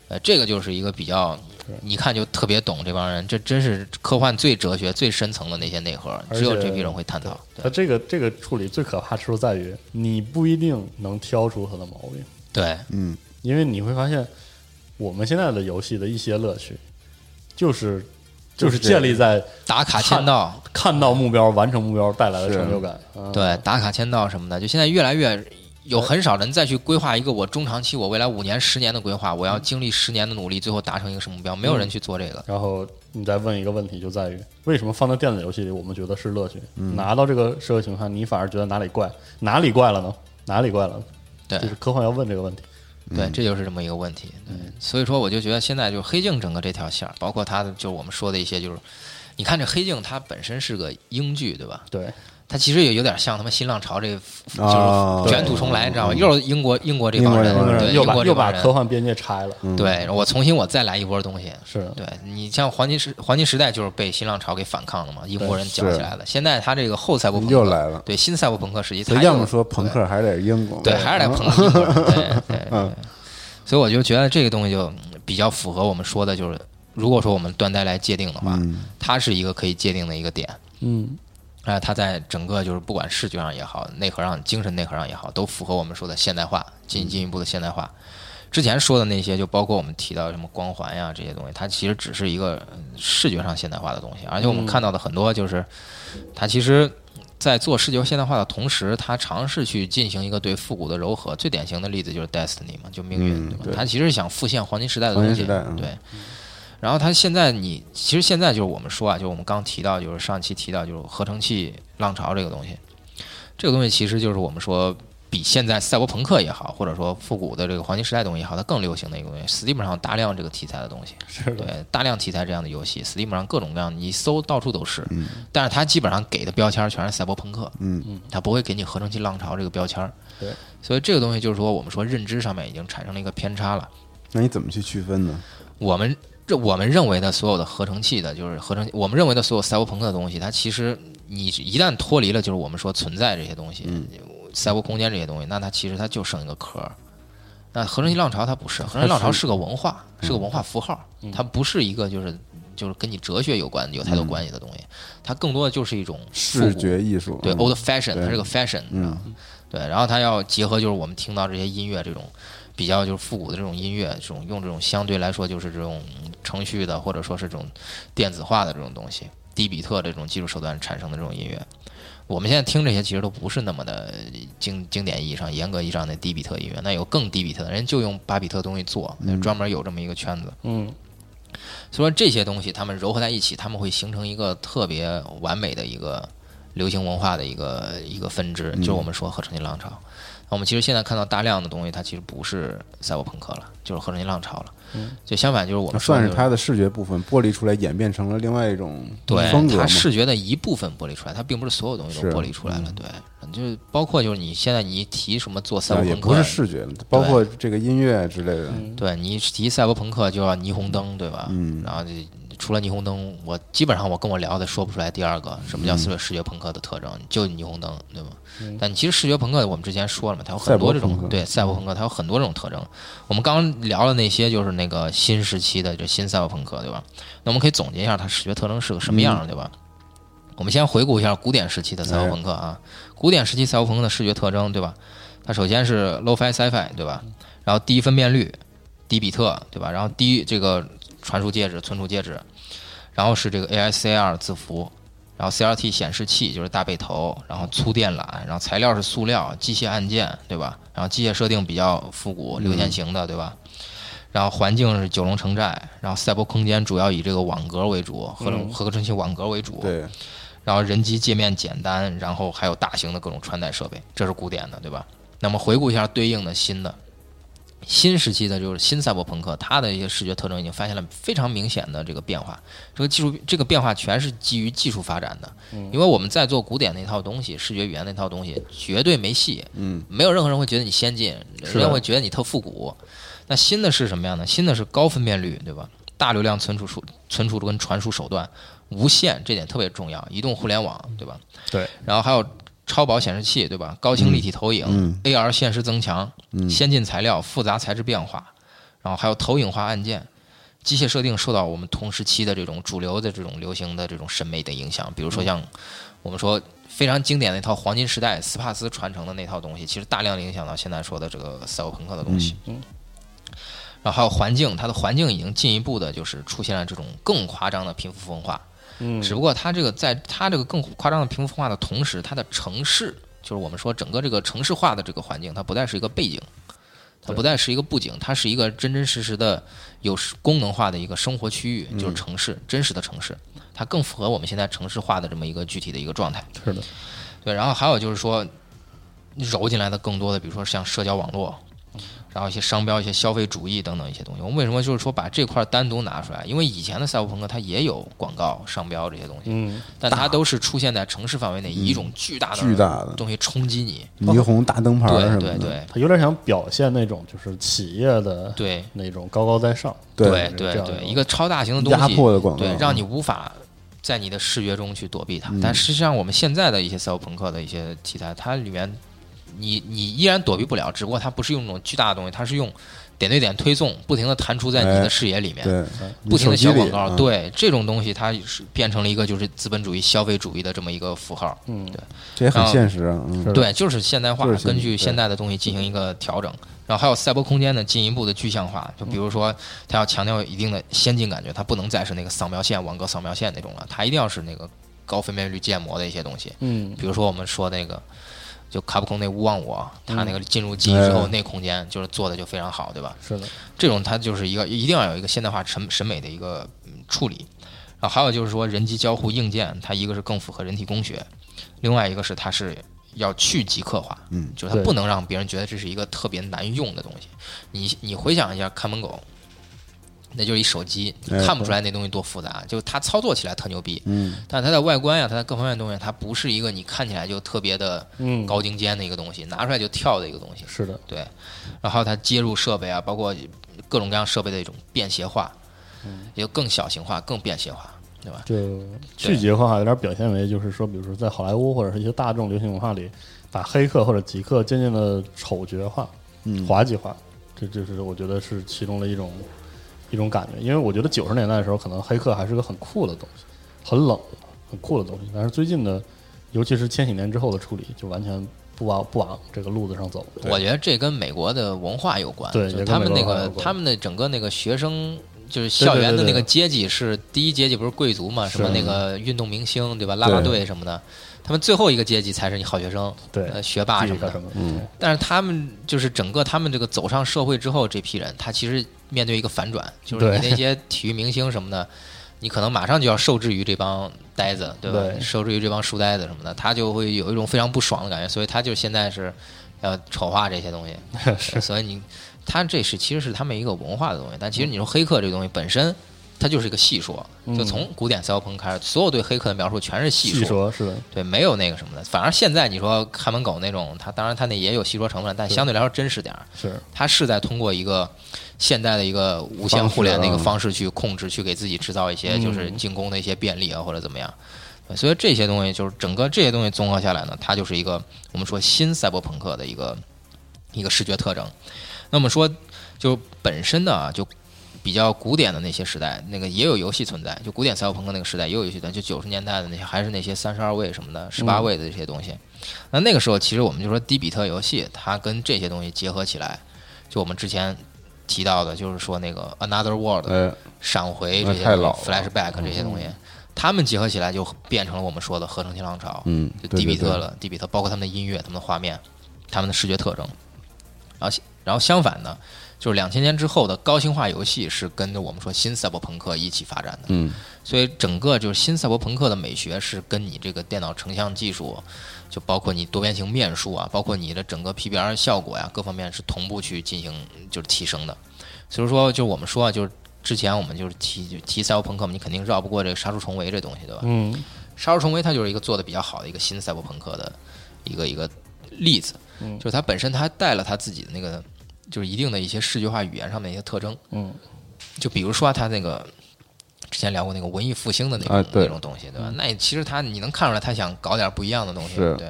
呃，这个就是一个比较，你看就特别懂这帮人，这真是科幻最哲学、最深层的那些内核，而只有且这批人会探讨。他这个这个处理最可怕之处在于，你不一定能挑出他的毛病，对，嗯，因为你会发现，我们现在的游戏的一些乐趣，就是就是建立在打卡签到，看到目标、完成目标带来的是成就感。嗯，对，打卡签到什么的，就现在越来越有哎很少人再去规划一个我中长期、我未来五年、十年的规划，我嗯要经历十年的努力，最后达成一个什么目标，没有人去做这个。然后你再问一个问题，就在于为什么放到电子游戏里，我们觉得是乐趣，嗯拿到这个社会情况，你反而觉得哪里怪，哪里怪了呢？哪里怪了？对就是科幻要问这个问题。对，这就是这么一个问题。嗯对，所以说我就觉得现在就是黑镜整个这条线儿，包括它的就是我们说的一些就是，你看这黑镜它本身是个英剧，对吧？对，它其实也有点像他们新浪潮这，啊嗯就是卷土重来，你知道吗？又是英国英国这英帮国这帮人人，对，又英把国又这把帮科人，幻边界拆了。嗯对我重新我再来一波东西。是，对你像黄金时黄金时代就是被新浪潮给反抗的嘛，英国人搅起来的。现在他这个后赛博朋克又来了对新赛博朋克时期，所他以要又么说朋克嗯还得是英国，对，还是来嗯捧英国人，对对对。所以我就觉得这个东西就嗯比较符合我们说的，就是如果说我们断代来界嗯定的话，它是一个可以界定的一个点。嗯，啊，它在整个就是不管视觉上也好，内核上、精神内核上也好，都符合我们说的现代化，进进一步的现代化。之前说的那些，就包括我们提到什么光环呀这些东西，它其实只是一个嗯视觉上现代化的东西，而且我们看到的很多就是，它其实，在做视觉现代化的同时，它尝试去进行一个对复古的柔和。最典型的例子就是 Destiny 嘛，就命运，对吧？它其实是想复现黄金时代的黄金东西，时代嗯对。然后它现在你其实现在就是我们说啊，就是我们刚提到，就是上期提到就是合成器浪潮这个东西，这个东西其实就是我们说比现在赛博朋克也好，或者说复古的这个黄金时代东西也好，它更流行的一个东西。Steam 上大量这个题材的东西，是的，对大量题材这样的游戏，Steam 上各种各样，你一搜到处都是。但是它基本上给的标签全是赛博朋克，嗯，它不会给你合成器浪潮这个标签。对，所以这个东西就是说，我们说认知上面已经产生了一个偏差了。那你怎么去区分呢？我们这我们认为的所有的合成器的，就是合成，我们认为的所有赛博朋克的东西，它其实你一旦脱离了，就是我们说存在这些东西，嗯赛博空间这些东西，那它其实它就剩一个壳儿。那合成器浪潮它不是，合成器浪潮是个文化，嗯是个文化符号，它不是一个就是就是跟你哲学有关有太多关系的东西，它更多的就是一种复嗯视古觉艺术，对嗯 old fashion，对嗯它是个 fashion，你知道吗对，然后它要结合就是我们听到这些音乐这种比较就是复古的这种音乐，这种用这种相对来说就是这种嗯程序的或者说是这种电子化的这种东西，低比特这种技术手段产生的这种音乐。我们现在听这些其实都不是那么的经经典意义上、严格意义上的低比特音乐，那有更低比特的人就用八比特东西做，专门有这么一个圈子。嗯，所以说这些东西它们糅合在一起，它们会形成一个特别完美的一个流行文化的一个一个分支，就是我们说合成器浪潮。那我们其实现在看到大量的东西，它其实不是赛博朋克了，就是合成器浪潮了。就相反，就是我那们说算的就是它的视觉部分剥离出来，演变成了另外一种嗯风对，格嘛它？视觉的一部分剥离出来，它并不是所有东西都是嗯剥离出来了。对，嗯就是包括就是你现在你一提什么做赛啊博也朋不是克，视觉，包括这个音乐之类的，对你一提赛博朋克就要霓虹灯，对吧？嗯，然后就除了霓虹灯，我基本上我跟我聊的说不出来第二个什么叫视觉视觉朋克的特征，就霓虹灯，对吗？但其实视觉朋克我们之前说了嘛，它有很多这嗯赛博朋克种对赛博朋克，它有很多这种特征。我们刚刚聊了那些，就是那个新时期的这新赛博朋克，对吧？那我们可以总结一下它视觉特征是个什嗯么样儿，对吧？我们先回顾一下古典时期的赛博朋克啊，古典时期赛博朋克的视觉特征，对吧？它首先是 low-fi sci-fi，对吧？然后低分辨率、低比特，对吧？然后低这个传输介质、存储介质，然后是这个 ASCR 字符，然后 CRT 显示器就是大背头，然后粗电缆，然后材料是塑料、机械按键，对吧？然后机械设定比较复古、六线形的，对吧？然后环境是九龙城寨，然后赛博空间主要以这个网格为主，合成合成器网格为主，对，然后人机界面简单，然后还有大型的各种穿戴设备，这是古典的，对吧？那么回顾一下对应的新的，新时期的就是新赛博朋克，它的一些视觉特征已经发现了非常明显的这个变化。这个技术这个变化全是基于技术发展的，因为我们在做古典那套东西，视觉语言那套东西绝对没戏，嗯，没有任何人会觉得你先进，是人家会觉得你特复古。那新的是什么样呢？新的是高分辨率，对吧？大流量存储数、存储跟传输手段无线，这点特别重要。移动互联网，对吧？对。然后还有超薄显示器，对吧？高清立体投影、a r 现实增强、先进材料、复杂材质变化，然后还有投影化按键。机械设定受到我们同时期的这种主流的这种流行的这种审美的影响，比如说像我们说非常经典的一套黄金时代斯帕斯传承的那套东西，其实大量地影响到现在说的这个赛博朋克的东西。嗯。然后还有环境，它的环境已经进一步的，就是出现了这种更夸张的贫富分化。嗯。只不过它这个在它这个更夸张的贫富分化的同时，它的城市就是我们说整个这个城市化的这个环境，它不再是一个背景。它不再是一个布景，它是一个真真实实的有功能化的一个生活区域，嗯就是城市，真实的城市，它更符合我们现在城市化的这么一个具体的一个状态。是的，对，然后还有就是说，揉进来的更多的，比如说像社交网络，然后一些商标、一些消费主义等等一些东西。我们为什么就是说把这块单独拿出来？因为以前的赛博朋克它也有广告、商标这些东西，嗯，但它都是出现在城市范围内，以一种巨大的嗯巨大的东西冲击你。霓虹大灯牌儿什对么对的，对他有点想表现那种就是企业的对那种高高在上，对是对这样对，的一个超大型的东西，压迫的广告啊嗯对，让你无法在你的视觉中去躲避它。但实际上，我们现在的一些赛博朋克的一些题材，它里面你你依然躲避不了，只不过它不是用那种巨大的东西，它是用点对点推送，不停的弹出在你哎的视野里面。对，不停的小广你手告，机里，啊对这种东西，它是变成了一个就是资本主义、消费主义的这么一个符号。嗯，对，这也很现实啊，嗯是对，就是现代化就是，现根据对现代的东西进行一个调整。然后还有赛博空间的进一步的具象化，就比嗯如说，它要强调一定的先进感觉，它不能再是那个扫描线、网格扫描线那种了，它一定要是那个高分辨率建模的一些东西。嗯，比如说我们说那个，就卡普空那《勿忘我》，嗯它那个进入记忆哎之后那空间就是做的就非常好，对吧？是的，这种它就是一个一定要有一个现代化审审美的一个嗯处理。然后还有就是说人机交互硬件，它一个是更符合人体工学，另外一个是它是要去极客化，嗯，就是它对不能让别人觉得这是一个特别难用的东西。你你回想一下看门狗。那就是一手机，你哎看不出来那东西多复杂，就是它操作起来特牛逼，嗯，但它的外观呀、它的各方面东西，它不是一个你看起来就特别的嗯高精尖的一个东西，拿出来就跳的一个东西，是的，对，然后还有它接入设备啊，包括各种各样设备的一种便携化，也就更小型化、更便携化，对吧？就去极化有点表现为就是说，比如说在好莱坞或者是一些大众流行文化里，把黑客或者极客渐渐的丑角化、嗯嗯滑稽化，这就是我觉得是其中的一种一种感觉。因为我觉得九十年代的时候，可能黑客还是个很酷的东西，很冷、很酷的东西。但是最近的，尤其是千禧年之后的处理，就完全不往不往这个路子上走。我觉得这跟美国的文化有关，对就是也跟他们美那国文化有个关他们的整个那个学生。就是校园的那个阶级是第一阶级，不是贵族嘛？什么嗯那个运动明星对吧？啦啦队什么的，他们最后一个阶级才是你好学生，对呃学霸什地么的什。么的，嗯，但是他们就是整个他们这个走上社会之后，这批人他其实面对一个反转，就是你对那些体育明星什么的，你可能马上就要受制于这帮呆子，对吧？对受制于这帮书呆子什么的，他就会有一种非常不爽的感觉，所以他就现在是要丑化这些东 [LAUGHS] 西。所以你他这是其实是他们一个文化的东西，但其实你说黑客这个东西本身，它就是一个细说，就从古典赛博朋克开始，所有对黑客的描述全是细细说是的，对，没有那个什么的。反而现在你说看门狗那种，它当然它那也有戏说成分，但相对来说真实点儿。是它是在通过一个现代的一个无线互联的一个方式去嗯控制，去给自己制造一些就是进攻的一些便利啊，或者怎么样。对所以这些东西就是整个这些东西综合下来呢，它就是一个我们说新赛博朋克的一个一个视觉特征。那么说，就本身呢，就比较古典的那些时代，那个也有游戏存在，就古典赛博朋克那个时代也有游戏存在，就九十年代的那些还是那些三十二位什么的、十八位的这些东西。那那个时候，其实我们就说低比特游戏，它跟这些东西结合起来，就我们之前提到的，就是说那个 Another World、呃，闪回那这些太东西老了嗯 flashback 这些东西，他们结合起来就变成了我们说的合成新浪潮，嗯就对低比对对特了，低比特包括他们的音乐、他们的画面、他们的视觉特征。然后，然后相反呢，就是两千年之后的高性化游戏是跟着我们说新赛博朋克一起发展的，嗯，所以整个就是新赛博朋克的美学是跟你这个电脑成像技术，就包括你多边形面数啊，包括你的整个 PBR 效果呀、各方面是同步去进行就是提升的。所以说，就我们说啊，就是之前我们就是提就提赛博朋克嘛，你肯定绕不过这个杀出重围这东西，对吧？嗯，杀出重围它就是一个做的比较好的一个新赛博朋克的一个一个例子，就是它本身它带了它自己的那个就是一定的一些视觉化语言上面的一些特征，嗯，就比如说它那个之前聊过那个文艺复兴的那种、哎对那种东西，对吧？那其实它你能看出来它想搞点不一样的东西，是对。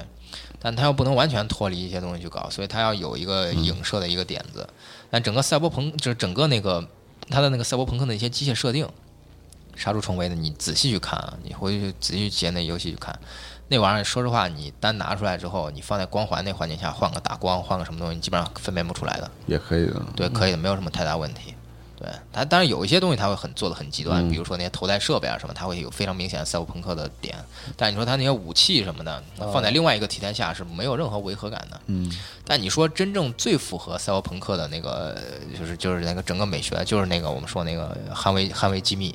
但它又不能完全脱离一些东西去搞，所以它要有一个影射的一个点子。但整个赛博朋就是整个那个它的那个赛博朋克的一些机械设定，杀出重围的，你仔细去看啊，你回去仔细去截那游戏去看，那玩意儿说实话，你单拿出来之后，你放在光环那环境下，换个打光，换个什么东西，你基本上分辨不出来的。也可以的。对，可以的，没有什么太大问题。对，它当然有一些东西它会很做的很极端，比如说那些头戴设备啊什么，它会有非常明显的赛博朋克的点。但你说它那些武器什么的，放在另外一个题材下是没有任何违和感的。嗯。但你说真正最符合赛博朋克的那个，呃就是就是那个整个美学，就是那个我们说那个《捍卫捍卫机密》。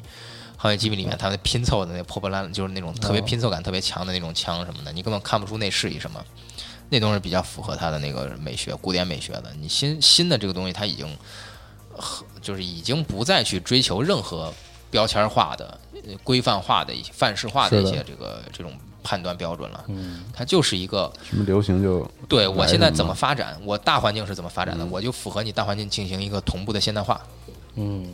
捍卫机密里面，它们拼凑的那破破烂，就是那种特嗯别拼凑感特别强的那种枪什么的，你根本看不出那是一什么。那东西比较符合它的那个美学，古典美学的。你新新的这个东西，它已经呃就是已经不再去追求任何标签化的、呃规范化的一些范式化的是一的嗯些这个这种判断标准了。它就是一个什么流行就对我来嗯现在什么怎么发展，我大环境是怎么发展的，我就符合你大环境进行一个同步的现代化。嗯，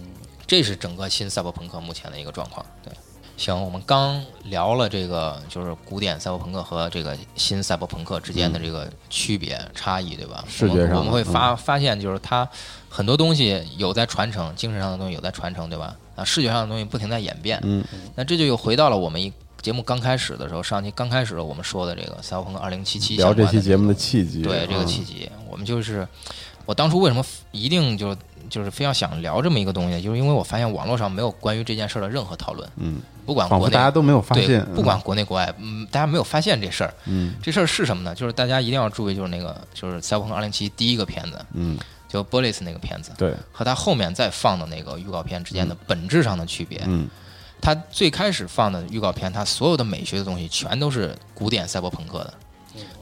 这是整个新赛博朋克目前的一个状况。对，行，我们刚聊了这个就是古典赛博朋克和这个新赛博朋克之间的这个区别差异，对吧？嗯视觉我们上嗯我们会发发现就是它很多东西有在传承，精神上的东西有在传承，对吧？啊，视觉上的东西不停在演变。嗯，那这就又回到了我们一。节目刚开始的时候，上期刚开始我们说的这个赛博朋克二零七七聊这期节目的契机。对这个嗯契机，我们就是我当初为什么一定就就是非要想聊这么一个东西，就是因为我发现网络上没有关于这件事儿的任何讨论，嗯，不管仿啊国佛内大家都没有发对现，，不管国内国外，嗯，大家没有发现这事儿。嗯这事儿是什么呢？就是大家一定要注意，就是那个就是《赛博朋克2077》第一个片子，嗯，就 b o l i s 那个片子，对，嗯和他后面再放的那个预告片之间的本质上的区别。嗯，他最开始放的预告片，他所有的美学的东西全都是古典赛博朋克的，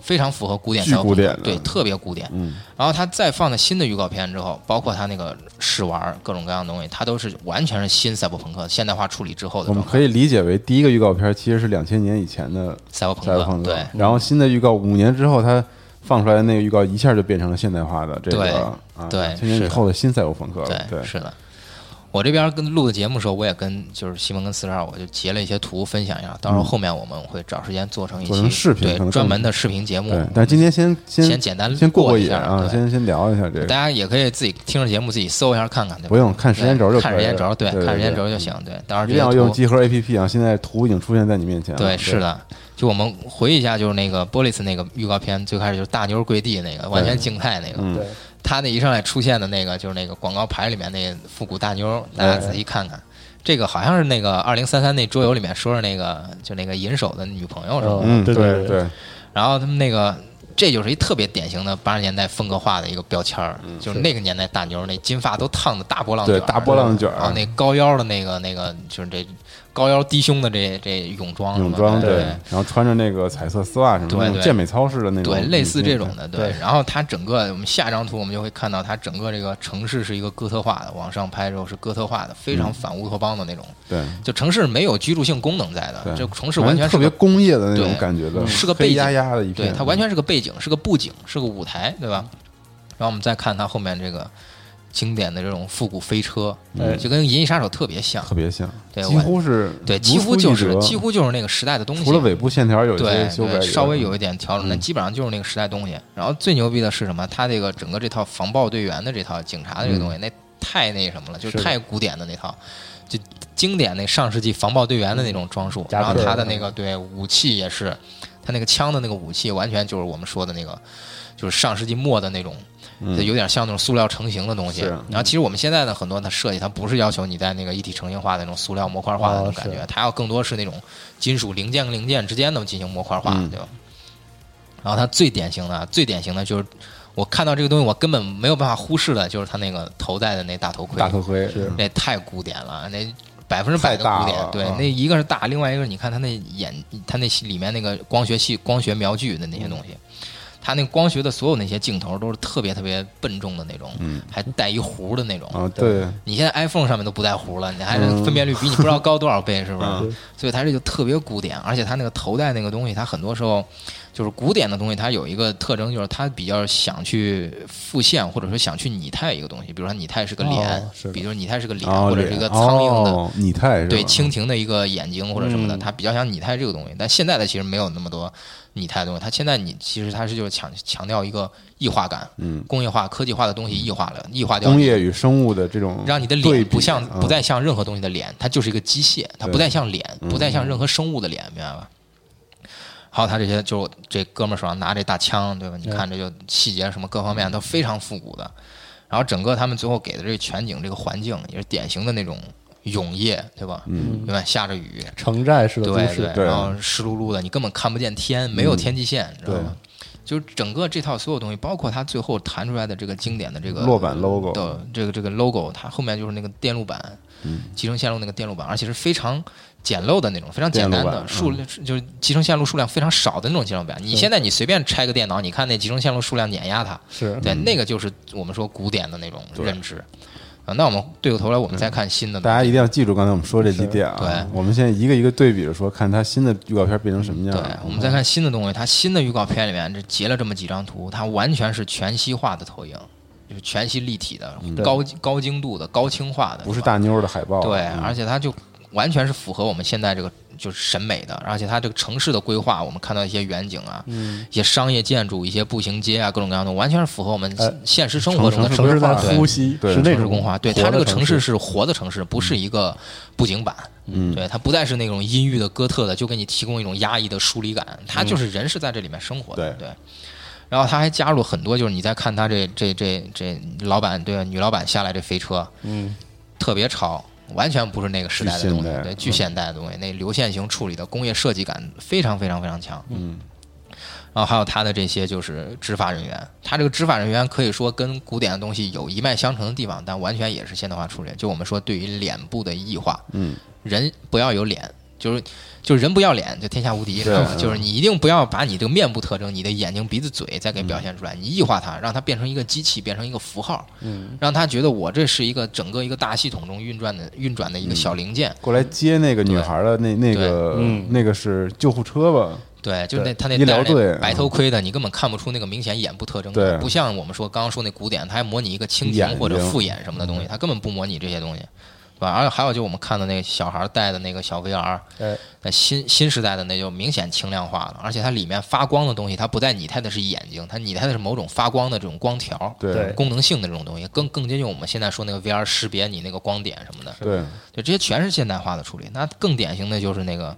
非常符合古典巨赛博古朋克典，的对，特别古典。嗯，然后他再放的新的预告片之后，包括他那个试玩儿各种各样的东西，它都是完全是新赛博朋克现代化处理之后的我们状态可以理解为第一个预告片其实是两千年以前的赛博朋赛博朋克，克对，然后新的预告五年之后它放出来的那个预告一下就变成了现代化的这对个啊，对千年以是后的新赛博朋克了对，，对，是的。我这边跟录的节目的时候，我也跟就是西蒙跟四十二，我就截了一些图分享一下。到时候后面我们会找时间做成一做成期视频可对能更专门的视频节目对。但是今天先先先简单先过过一瘾下啊，对先先聊一下这大个，家也可以自己听着节目自己搜一下看看，对吧？不用看时间轴就对可以看时间轴，了对，对看时间对轴就行。对，到时候一这定些要用图集合 APP 啊，现在图已经出现在你面前了，啊对，是的，就我们回忆一下，就是那个波利斯那个预告片，最开始就是大妞跪地那个，完全静态那嗯个，他那一上来出现的那个，就是那个广告牌里面那复古大妞，大家仔细看看，这个好像是那个二零三三那桌游里面说是那个就那个银手的女朋友是吧？嗯，对对对对，然后他们那个。这就是一特别典型的八十年代风格化的一个标签儿，嗯就是那个年代大妞儿那金发都烫的大波浪啊对卷儿大波浪卷儿然后那高腰的那个那个就是这高腰低胸的这这泳装什么泳的，装对然后穿着那个彩色丝袜什么的，对那种对健美操式的那种，对，类似这种的。的，对。然后它整个，我们下张图我们就会看到，它整个这个城市是一个哥特化的，往上拍之后是哥特化的，非嗯常反乌托邦的那种。对，就城市没有居住性功能在的对，这城市完全特是别嗯个工业的那种对感觉的，是个背黑景压压的一对，片，它完全是个背景，是个布景，是个舞台，对吧？然后我们再看它后面这个经典的这种复古飞车，嗯就跟《银翼杀手》特别像特，别像，对几我乎是对，如几乎出一就是辙几乎就是那个时代的东西，啊除了尾部线条有一对些修改以对，外，稍微有一点调整，但嗯基本上就是那个时代东西。然后最牛逼的是什么？他这个整个这套防暴队员的这套警察的这个东西，嗯那太那什么了，就是是的太古典的那套，就经典那上世纪防暴队员的那种装嗯束。加然后特他的那个对武器也是，他那个枪的那个武器完全就是我们说的那个，就是上世纪末的那种。嗯就有点像那种塑料成型的东西，是然后其实我们现在的很多的设计，它不是要求你在那个一体成型化的那种塑料模块化的那种哦感是觉，它要更多是那种金属零件跟零件之间的进行模块化，嗯对吧？然后它最典型的、最典型的就是我看到这个东西，我根本没有办法忽视的，就是它那个头戴的那大头盔，大头盔是那太古典了，那百分之百太的大古典了。对啊，那一个是大，另外一个是你看它那眼，它那里面那个光学系、光学瞄具的嗯那些东西，它那光学的所有那些镜头都是特别特别笨重的那种，嗯还带一弧的那种。啊，对，你现在 iPhone 上面都不带弧了，你还是嗯分辨率比你不知道高多少倍，是不是？嗯所以它这就特别古典，而且它那个头戴那个东西，它很多时候就是古典的东西，它有一个特征就是它比较想去复现，或者说想去拟态一个东西，比如说拟态是个脸，哦是的比如说拟态是个脸，哦或者是一个苍蝇的。哦拟态是吧？对蜻蜓的一个眼睛或者什么的，嗯它比较想拟态这个东西，但现在的其实没有那么多拟态的东西。它现在你其实它是就是强强调一个异化感，嗯，工业化、科技化的东西异化了，异化掉工你业与生物的这种让你的对脸比不像啊不再像任何东西的脸，它就是一个机械，它对嗯不再像脸，不再像任何生物的脸，明白吧？还有他这些，就是这哥们儿手上拿这大枪，对吧？你看这就细节什么各方嗯面都非常复古的。然后整个他们最后给的这个全景这个环境也是典型的那种永夜，对吧？嗯，对吧？下着雨，城寨式的都对市，对嗯然后湿漉漉的，你根本看不见天，没有天际线，知道吗？就是整个这套所有东西，包括它最后弹出来的这个经典的这个落板 logo 的这个这个 logo，它后面就是那个电路板，嗯集成线路那个电路板，而且是非常简陋的那种，非常简单电路板嗯的数，就是集成线路数量非常少的那种集成板。你现在你随便拆个电脑，你看那集成线路数量碾压它，是嗯对，那个就是我们说古典的那种认知。啊，那我们对过头来，我们再看新的东西，嗯大家一定要记住刚才我们说这几点啊对。我们现在一个一个对比着说，看它新的预告片变成什么样。对，我们再看新的东西，它新的预告片里面这截了这么几张图，它完全是全息化的投影，就是全息立体的、高高精度的、高清化的，嗯不是吧大妞儿的海报，对，嗯而且它就完全是符合我们现在这个就是审美的，而且它这个城市的规划，我们看到一些远景啊，一些商业建筑、一些步行街啊，各种各样的，完全是符合我们呃现实生活中的城市在化对呼吸，对是那城市种工化，对活它这个的城市市嗯是活的城市，不是一个布景板，嗯，对，它不再是那种阴郁的、哥特的，就给你提供一种压抑的疏离感，它就是人是在这里面生活的，对对。然后他还加入了很多，就是你在看他这这这这老板对吧女老板下来这飞车，嗯，特别潮，完全不是那个时代的巨东现代嗯西，对，巨现代的东西，那流线型处理的工业设计感非常非常非常强，嗯。然后还有他的这些就是执法人员，他这个执法人员可以说跟古典的东西有一脉相承的地方，但完全也是现代化处理。就我们说对于脸部的异化，嗯，人不要有脸，就是就是人不要脸，就天下无敌，知对道吗？ [LAUGHS] 就是你一定不要把你这个面部特征、你的眼睛、鼻子、嘴再给表现出来，你异化它，让它变成一个机器，变成一个符号，嗯，让他觉得我这是一个整个一个大系统中运转的运转的一个小零件，过来接那个女孩儿的那那个对嗯那个是救护车吧？对，就是对那他那医疗戴着那队啊白头盔的，你根本看不出那个明显眼部特征的，对不像我们说刚刚说那古典，它还模拟一个蜻眼睛嗯蜓或者复眼什么的东西，它根本不模拟这些东西，对吧？而且还有就我们看到那个小孩戴的那个小 VR，哎那新新时代的那就明显轻量化了，而且它里面发光的东西，它不再拟态的是眼睛，它拟态的是某种发光的这种光条，对功能性的这种东西，更更接近我们现在说那个 VR 识别你那个光点什么的，对，就这些全是现代化的处理。那更典型的就是那个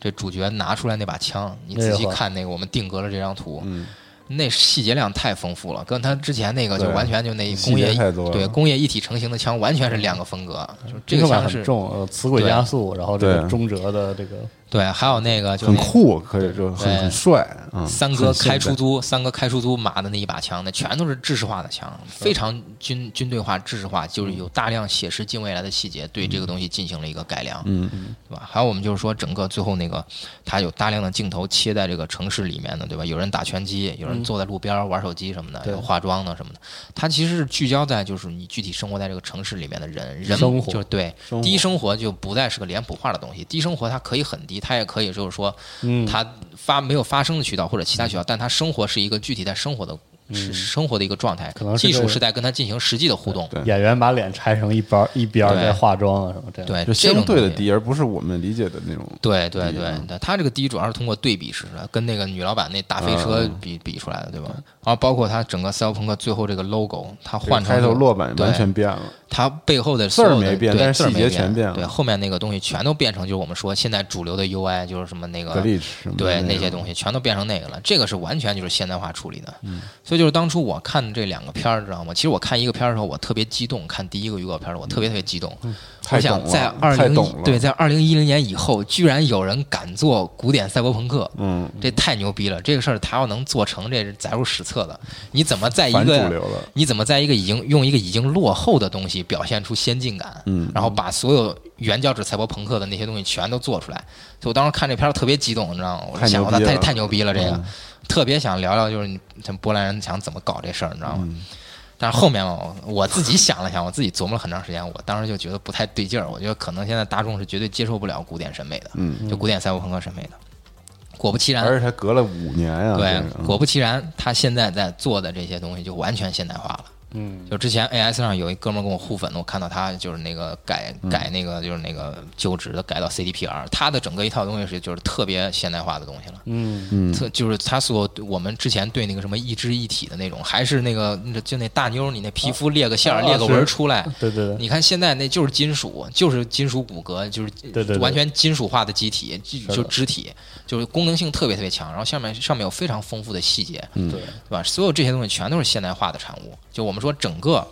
这主角拿出来那把枪，你仔细看那个我们定格了这张图，嗯那细节量太丰富了，跟他之前那个就对完全就那细工业节太多了嗯对工业一体成型的枪完全是两个风格，就是这个个枪很是。重，呃，磁轨对加速，然后这个对中折的这个对，还有那个就很是那个酷，可以就很对很帅，嗯，三哥很现开出代，租，三哥开出租码的那一把枪，那全都是制式化的枪，非常军军队化、制式化，就是有大量写实近未来的细节，对这个东西进行了一个改良，嗯嗯对吧？还有我们就是说，整个最后那个，它有大量的镜头切在这个城市里面的，对吧？有人打拳击，有人坐在路边儿玩手机什么的，对有化妆的什么的，它其实是聚焦在就是你具体生活在这个城市里面的人，人生活就是对生活低生活就不再是个脸谱化的东西，低生活它可以很低，它也可以就是说。嗯，他发没有发声的渠道或者其他渠道，但他生活是一个具体在生活的，嗯是生活的一个状态。可能是技这术个是在跟他进行实际的互动。对演员把脸拆成一边儿一边儿对在化妆啊什么这样。对，就这相种对的东西。低，而不是我们理解的那种。对对低对嗯，对他这个低主要是通过对比式的，跟那个女老板那大嗯飞车比比出来的，对吧？然后包括他整个赛博朋克最后这个 logo，他换成开头落板对完全变了，它背后的字儿所有的没变对但是字儿细没节全变了对，后面那个东西全都变成就是我们说现在主流的 UI，就是什么那个 glitch 什么的对那那些种东西全都变成那个了，这个是完全就是现代化处理的。嗯所以就是当初我看这两个片儿，知道吗？其实我看一个片儿的时候，我特别激动，看第一个预告片儿，我特别特别激动。嗯太我懂想在了，二太零懂了，对，在二零一零年以后，居然有人敢做古典赛博朋克，嗯，这太牛逼了！这个事儿他要能做成，这是载入史册的。你怎么在一反主个流了，你怎么在一个已经用一个已经落后的东西表现出先进感？嗯然后把所有原教旨赛博朋克的那些东西全都做出来。所以我当时看这片儿特别激动，你知道吗？我太就想，牛我操，逼太了嗯太牛逼了！这个特别想聊聊，就是你像波兰人想怎么搞这事儿，你知道吗？嗯但是后面嘛，我我自己想了想，我自己琢磨了很长时间，我当时就觉得不太对劲儿。我觉得可能现在大众是绝对接受不了古典审美的，嗯，就古典赛博朋克审美的。果不其然，而且才隔了五年啊，对这个，果不其然，他现在在做的这些东西就完全现代化了。嗯，就之前 AS 上有一哥们儿跟我互粉的，我看到他就是那个改嗯改那个就是那个就职的改到 CDPR，他的整个一套东西是就是特别现代化的东西了。嗯，嗯，特就是他所我们之前对那个什么一肢一体的那种，还是那个那就那大妞儿，你那皮肤裂个线儿、啊裂个是纹儿出来，对对对，你看现在那就是金属，就是金属骨骼，就是对对完全金属化的机体，的就就肢体，就是功能性特别特别强。然后下面上面有非常丰富的细节，嗯对吧？所有这些东西全都是现代化的产物。就我们说整个。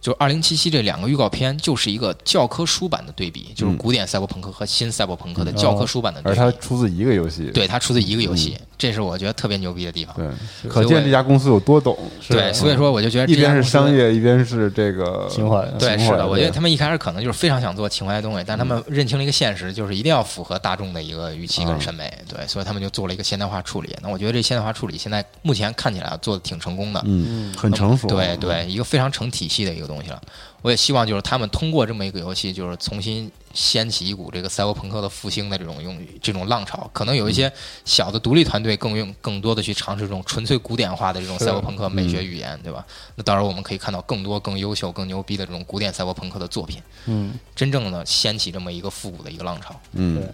就是二零七七这两个预告片，就是一个教科书版的对比，就是古典赛博朋克和新赛博朋克的教科书版的嗯对哦而比。它出自一个游戏，对，它出自一个游戏，这是我觉得特别牛逼的地方。对，所可以我见也这家公司有多懂，嗯对，所以说我就觉得一这家边是公司商业，一边是这个情怀对，情是的，我觉得对他们一开始可能就是非常想做情怀的东西，但他们认清了一个现实，就是一定要符合大众的一个预期跟审美，对，所以他们就做了一个现代化处理。那我觉得这现代化处理现在目前看起来做的挺成功的，嗯，很成熟，对，对，一个非常成体系的一个东西了。我也希望就是他们通过这么一个游戏，就是重新掀起一股这个赛博朋克的复兴的这种用这种浪潮。可能有一些小的独立团队更用更多的去尝试这种纯粹古典化的这种是赛博朋克美学语言，对吧？那到时候我们可以看到更多更优秀、更牛逼的这种古典赛博朋克的作品，嗯，真正的掀起这么一个复古的一个浪潮。嗯，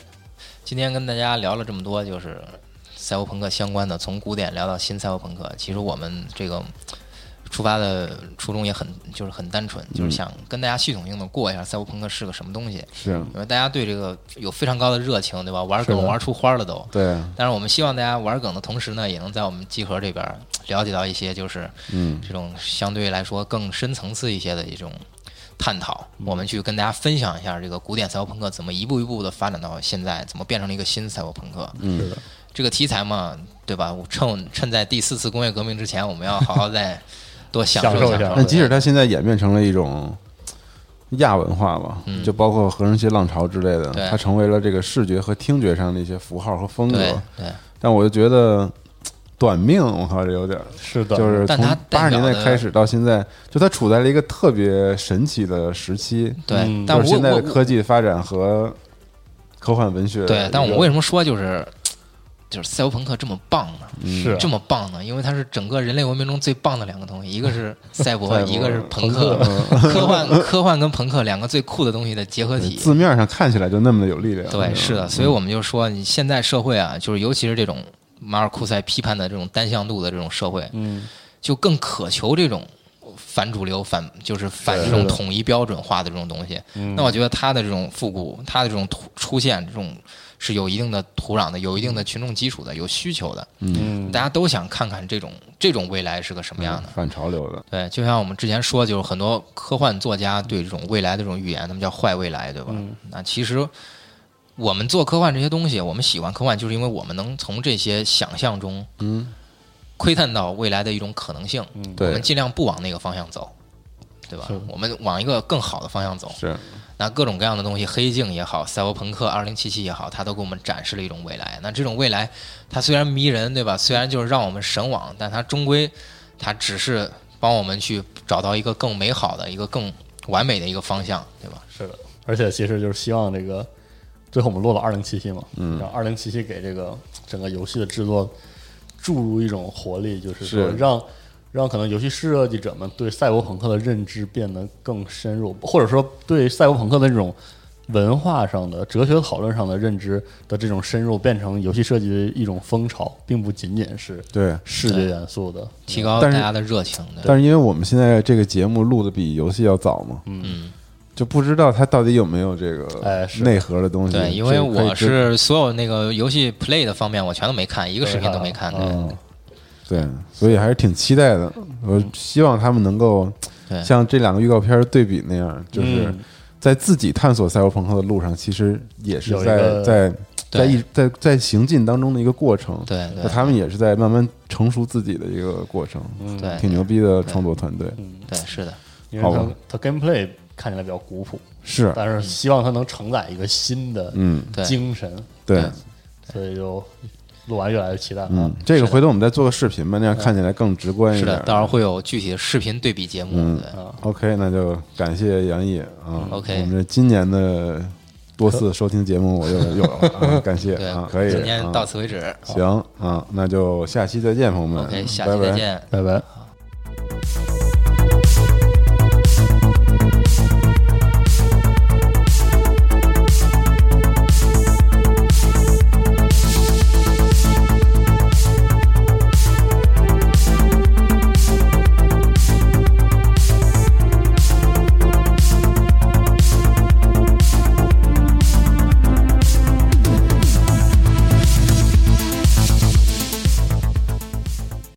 今天跟大家聊了这么多，就是赛博朋克相关的，从古典聊到新赛博朋克。其实我们这个出发的初衷也很就是很单纯，嗯就是想跟大家系统性的过一下赛博朋克是个什么东西，是，因为大家对这个有非常高的热情，对吧？玩是梗的玩出花了都。对，嗯但是我们希望大家玩梗的同时呢，也能在我们集合这边儿了解到一些就是嗯，这种相对来说更深层次一些的一种探讨，我们去跟大家分享一下这个古典赛博朋克怎么一步一步的发展到现在，怎么变成了一个新赛博朋克。是的，这个题材嘛，对吧？我趁趁在第四次工业革命之前，我们要好好再多享享受享一下受。那即使它现在演变成了一种亚文化吧，就包括合成器浪潮之类的嗯对，它成为了这个视觉和听觉上的一些符号和风对格。对，但我就觉得嗯短命，我靠，这有点儿，是的，就是但从它八代十表年的代开始到现在，就它处在了一个特别神奇的时期，对，嗯但就是我现在我的科技发展和科幻文学。对，但我为什么说就是就是赛博朋克这么棒呢？是啊这么棒呢？因为它是整个人类文明中最棒的两个东西，一个是赛博，赛博一个是朋克，嗯科幻科幻跟朋克两个最酷的东西的结合体。字面上看起来就那么的有力量。嗯对，是的，所以我们就说，你现在社会啊，就是尤其是这种马尔库塞批判的这种单向度的这种社会，嗯，就更渴求这种反主流、反就是反这种是的统一标准化的这种东西。嗯那我觉得它的这种复古，它的这种突出现，这种是有一定的土壤的，有一定的群众基础的，有需求的，嗯大家都想看看这种这种未来是个什么样的。嗯反潮流的，对，就像我们之前说，就是很多科幻作家对这种未来的这种预言，他们叫坏未来，对吧？那其实我们做科幻这些东西，我们喜欢科幻，就是因为我们能从这些想象中，嗯，窥探到未来的一种可能性。我对们，尽量不往那个方向走，对吧是？我们往一个更好的方向走。是那各种各样的东西，黑镜也好，赛博朋克二零七七也好，它都给我们展示了一种未来。那这种未来，它虽然迷人，对吧？虽然就是让我们神往，但它终归，它只是帮我们去找到一个更美好的、一个更完美的一个方向，对吧？是的，而且其实就是希望这个最后我们落到二零七七嘛，嗯，让二零七七给这个整个游戏的制作注入一种活力，就是说是让让可能游戏设计者们对赛博朋克的认知变得更深入，或者说对赛博朋克的这种。文化上的、哲学讨论上的认知的这种深入，变成游戏设计的一种风潮，并不仅仅是对。视觉元素的。提高但大是家的热情，对吧但是因为我们现在这个节目录的比游戏要早嘛，嗯，就不知道它到底有没有这个哎是内核的东西。对，因为这个可以我是所有那个游戏 play 的方面，我全都没看，一个视频都没看。嗯对，对，所以还是挺期待的。我希望他们能够嗯对像这两个预告片对比那样，就是嗯在自己探索赛博朋克的路上，其实也是有一在个在对在一在在行进当中的一个过程。对对那他们也是在慢慢成熟自己的一个过程，嗯对嗯挺牛逼的创作团队。对，是的，因为好吧它它 gameplay 看起来比较古朴，是，但是希望它能承载一个新的嗯，对精神，对，所以就录完越来越期待啊了。嗯，这个回头我们再做个视频吧，那样看起来更直观一嗯是点。嗯的，到时候会有具体的视频对比节目。对， OK，那就感谢杨毅啊。嗯 OK 我们这今年的多次收听节目，我又又有了、 [LAUGHS] 啊，感谢对，啊，可以。今天到啊、此为止。行啊，那就下期再见，朋友们。 OK，下期再拜拜见。拜拜。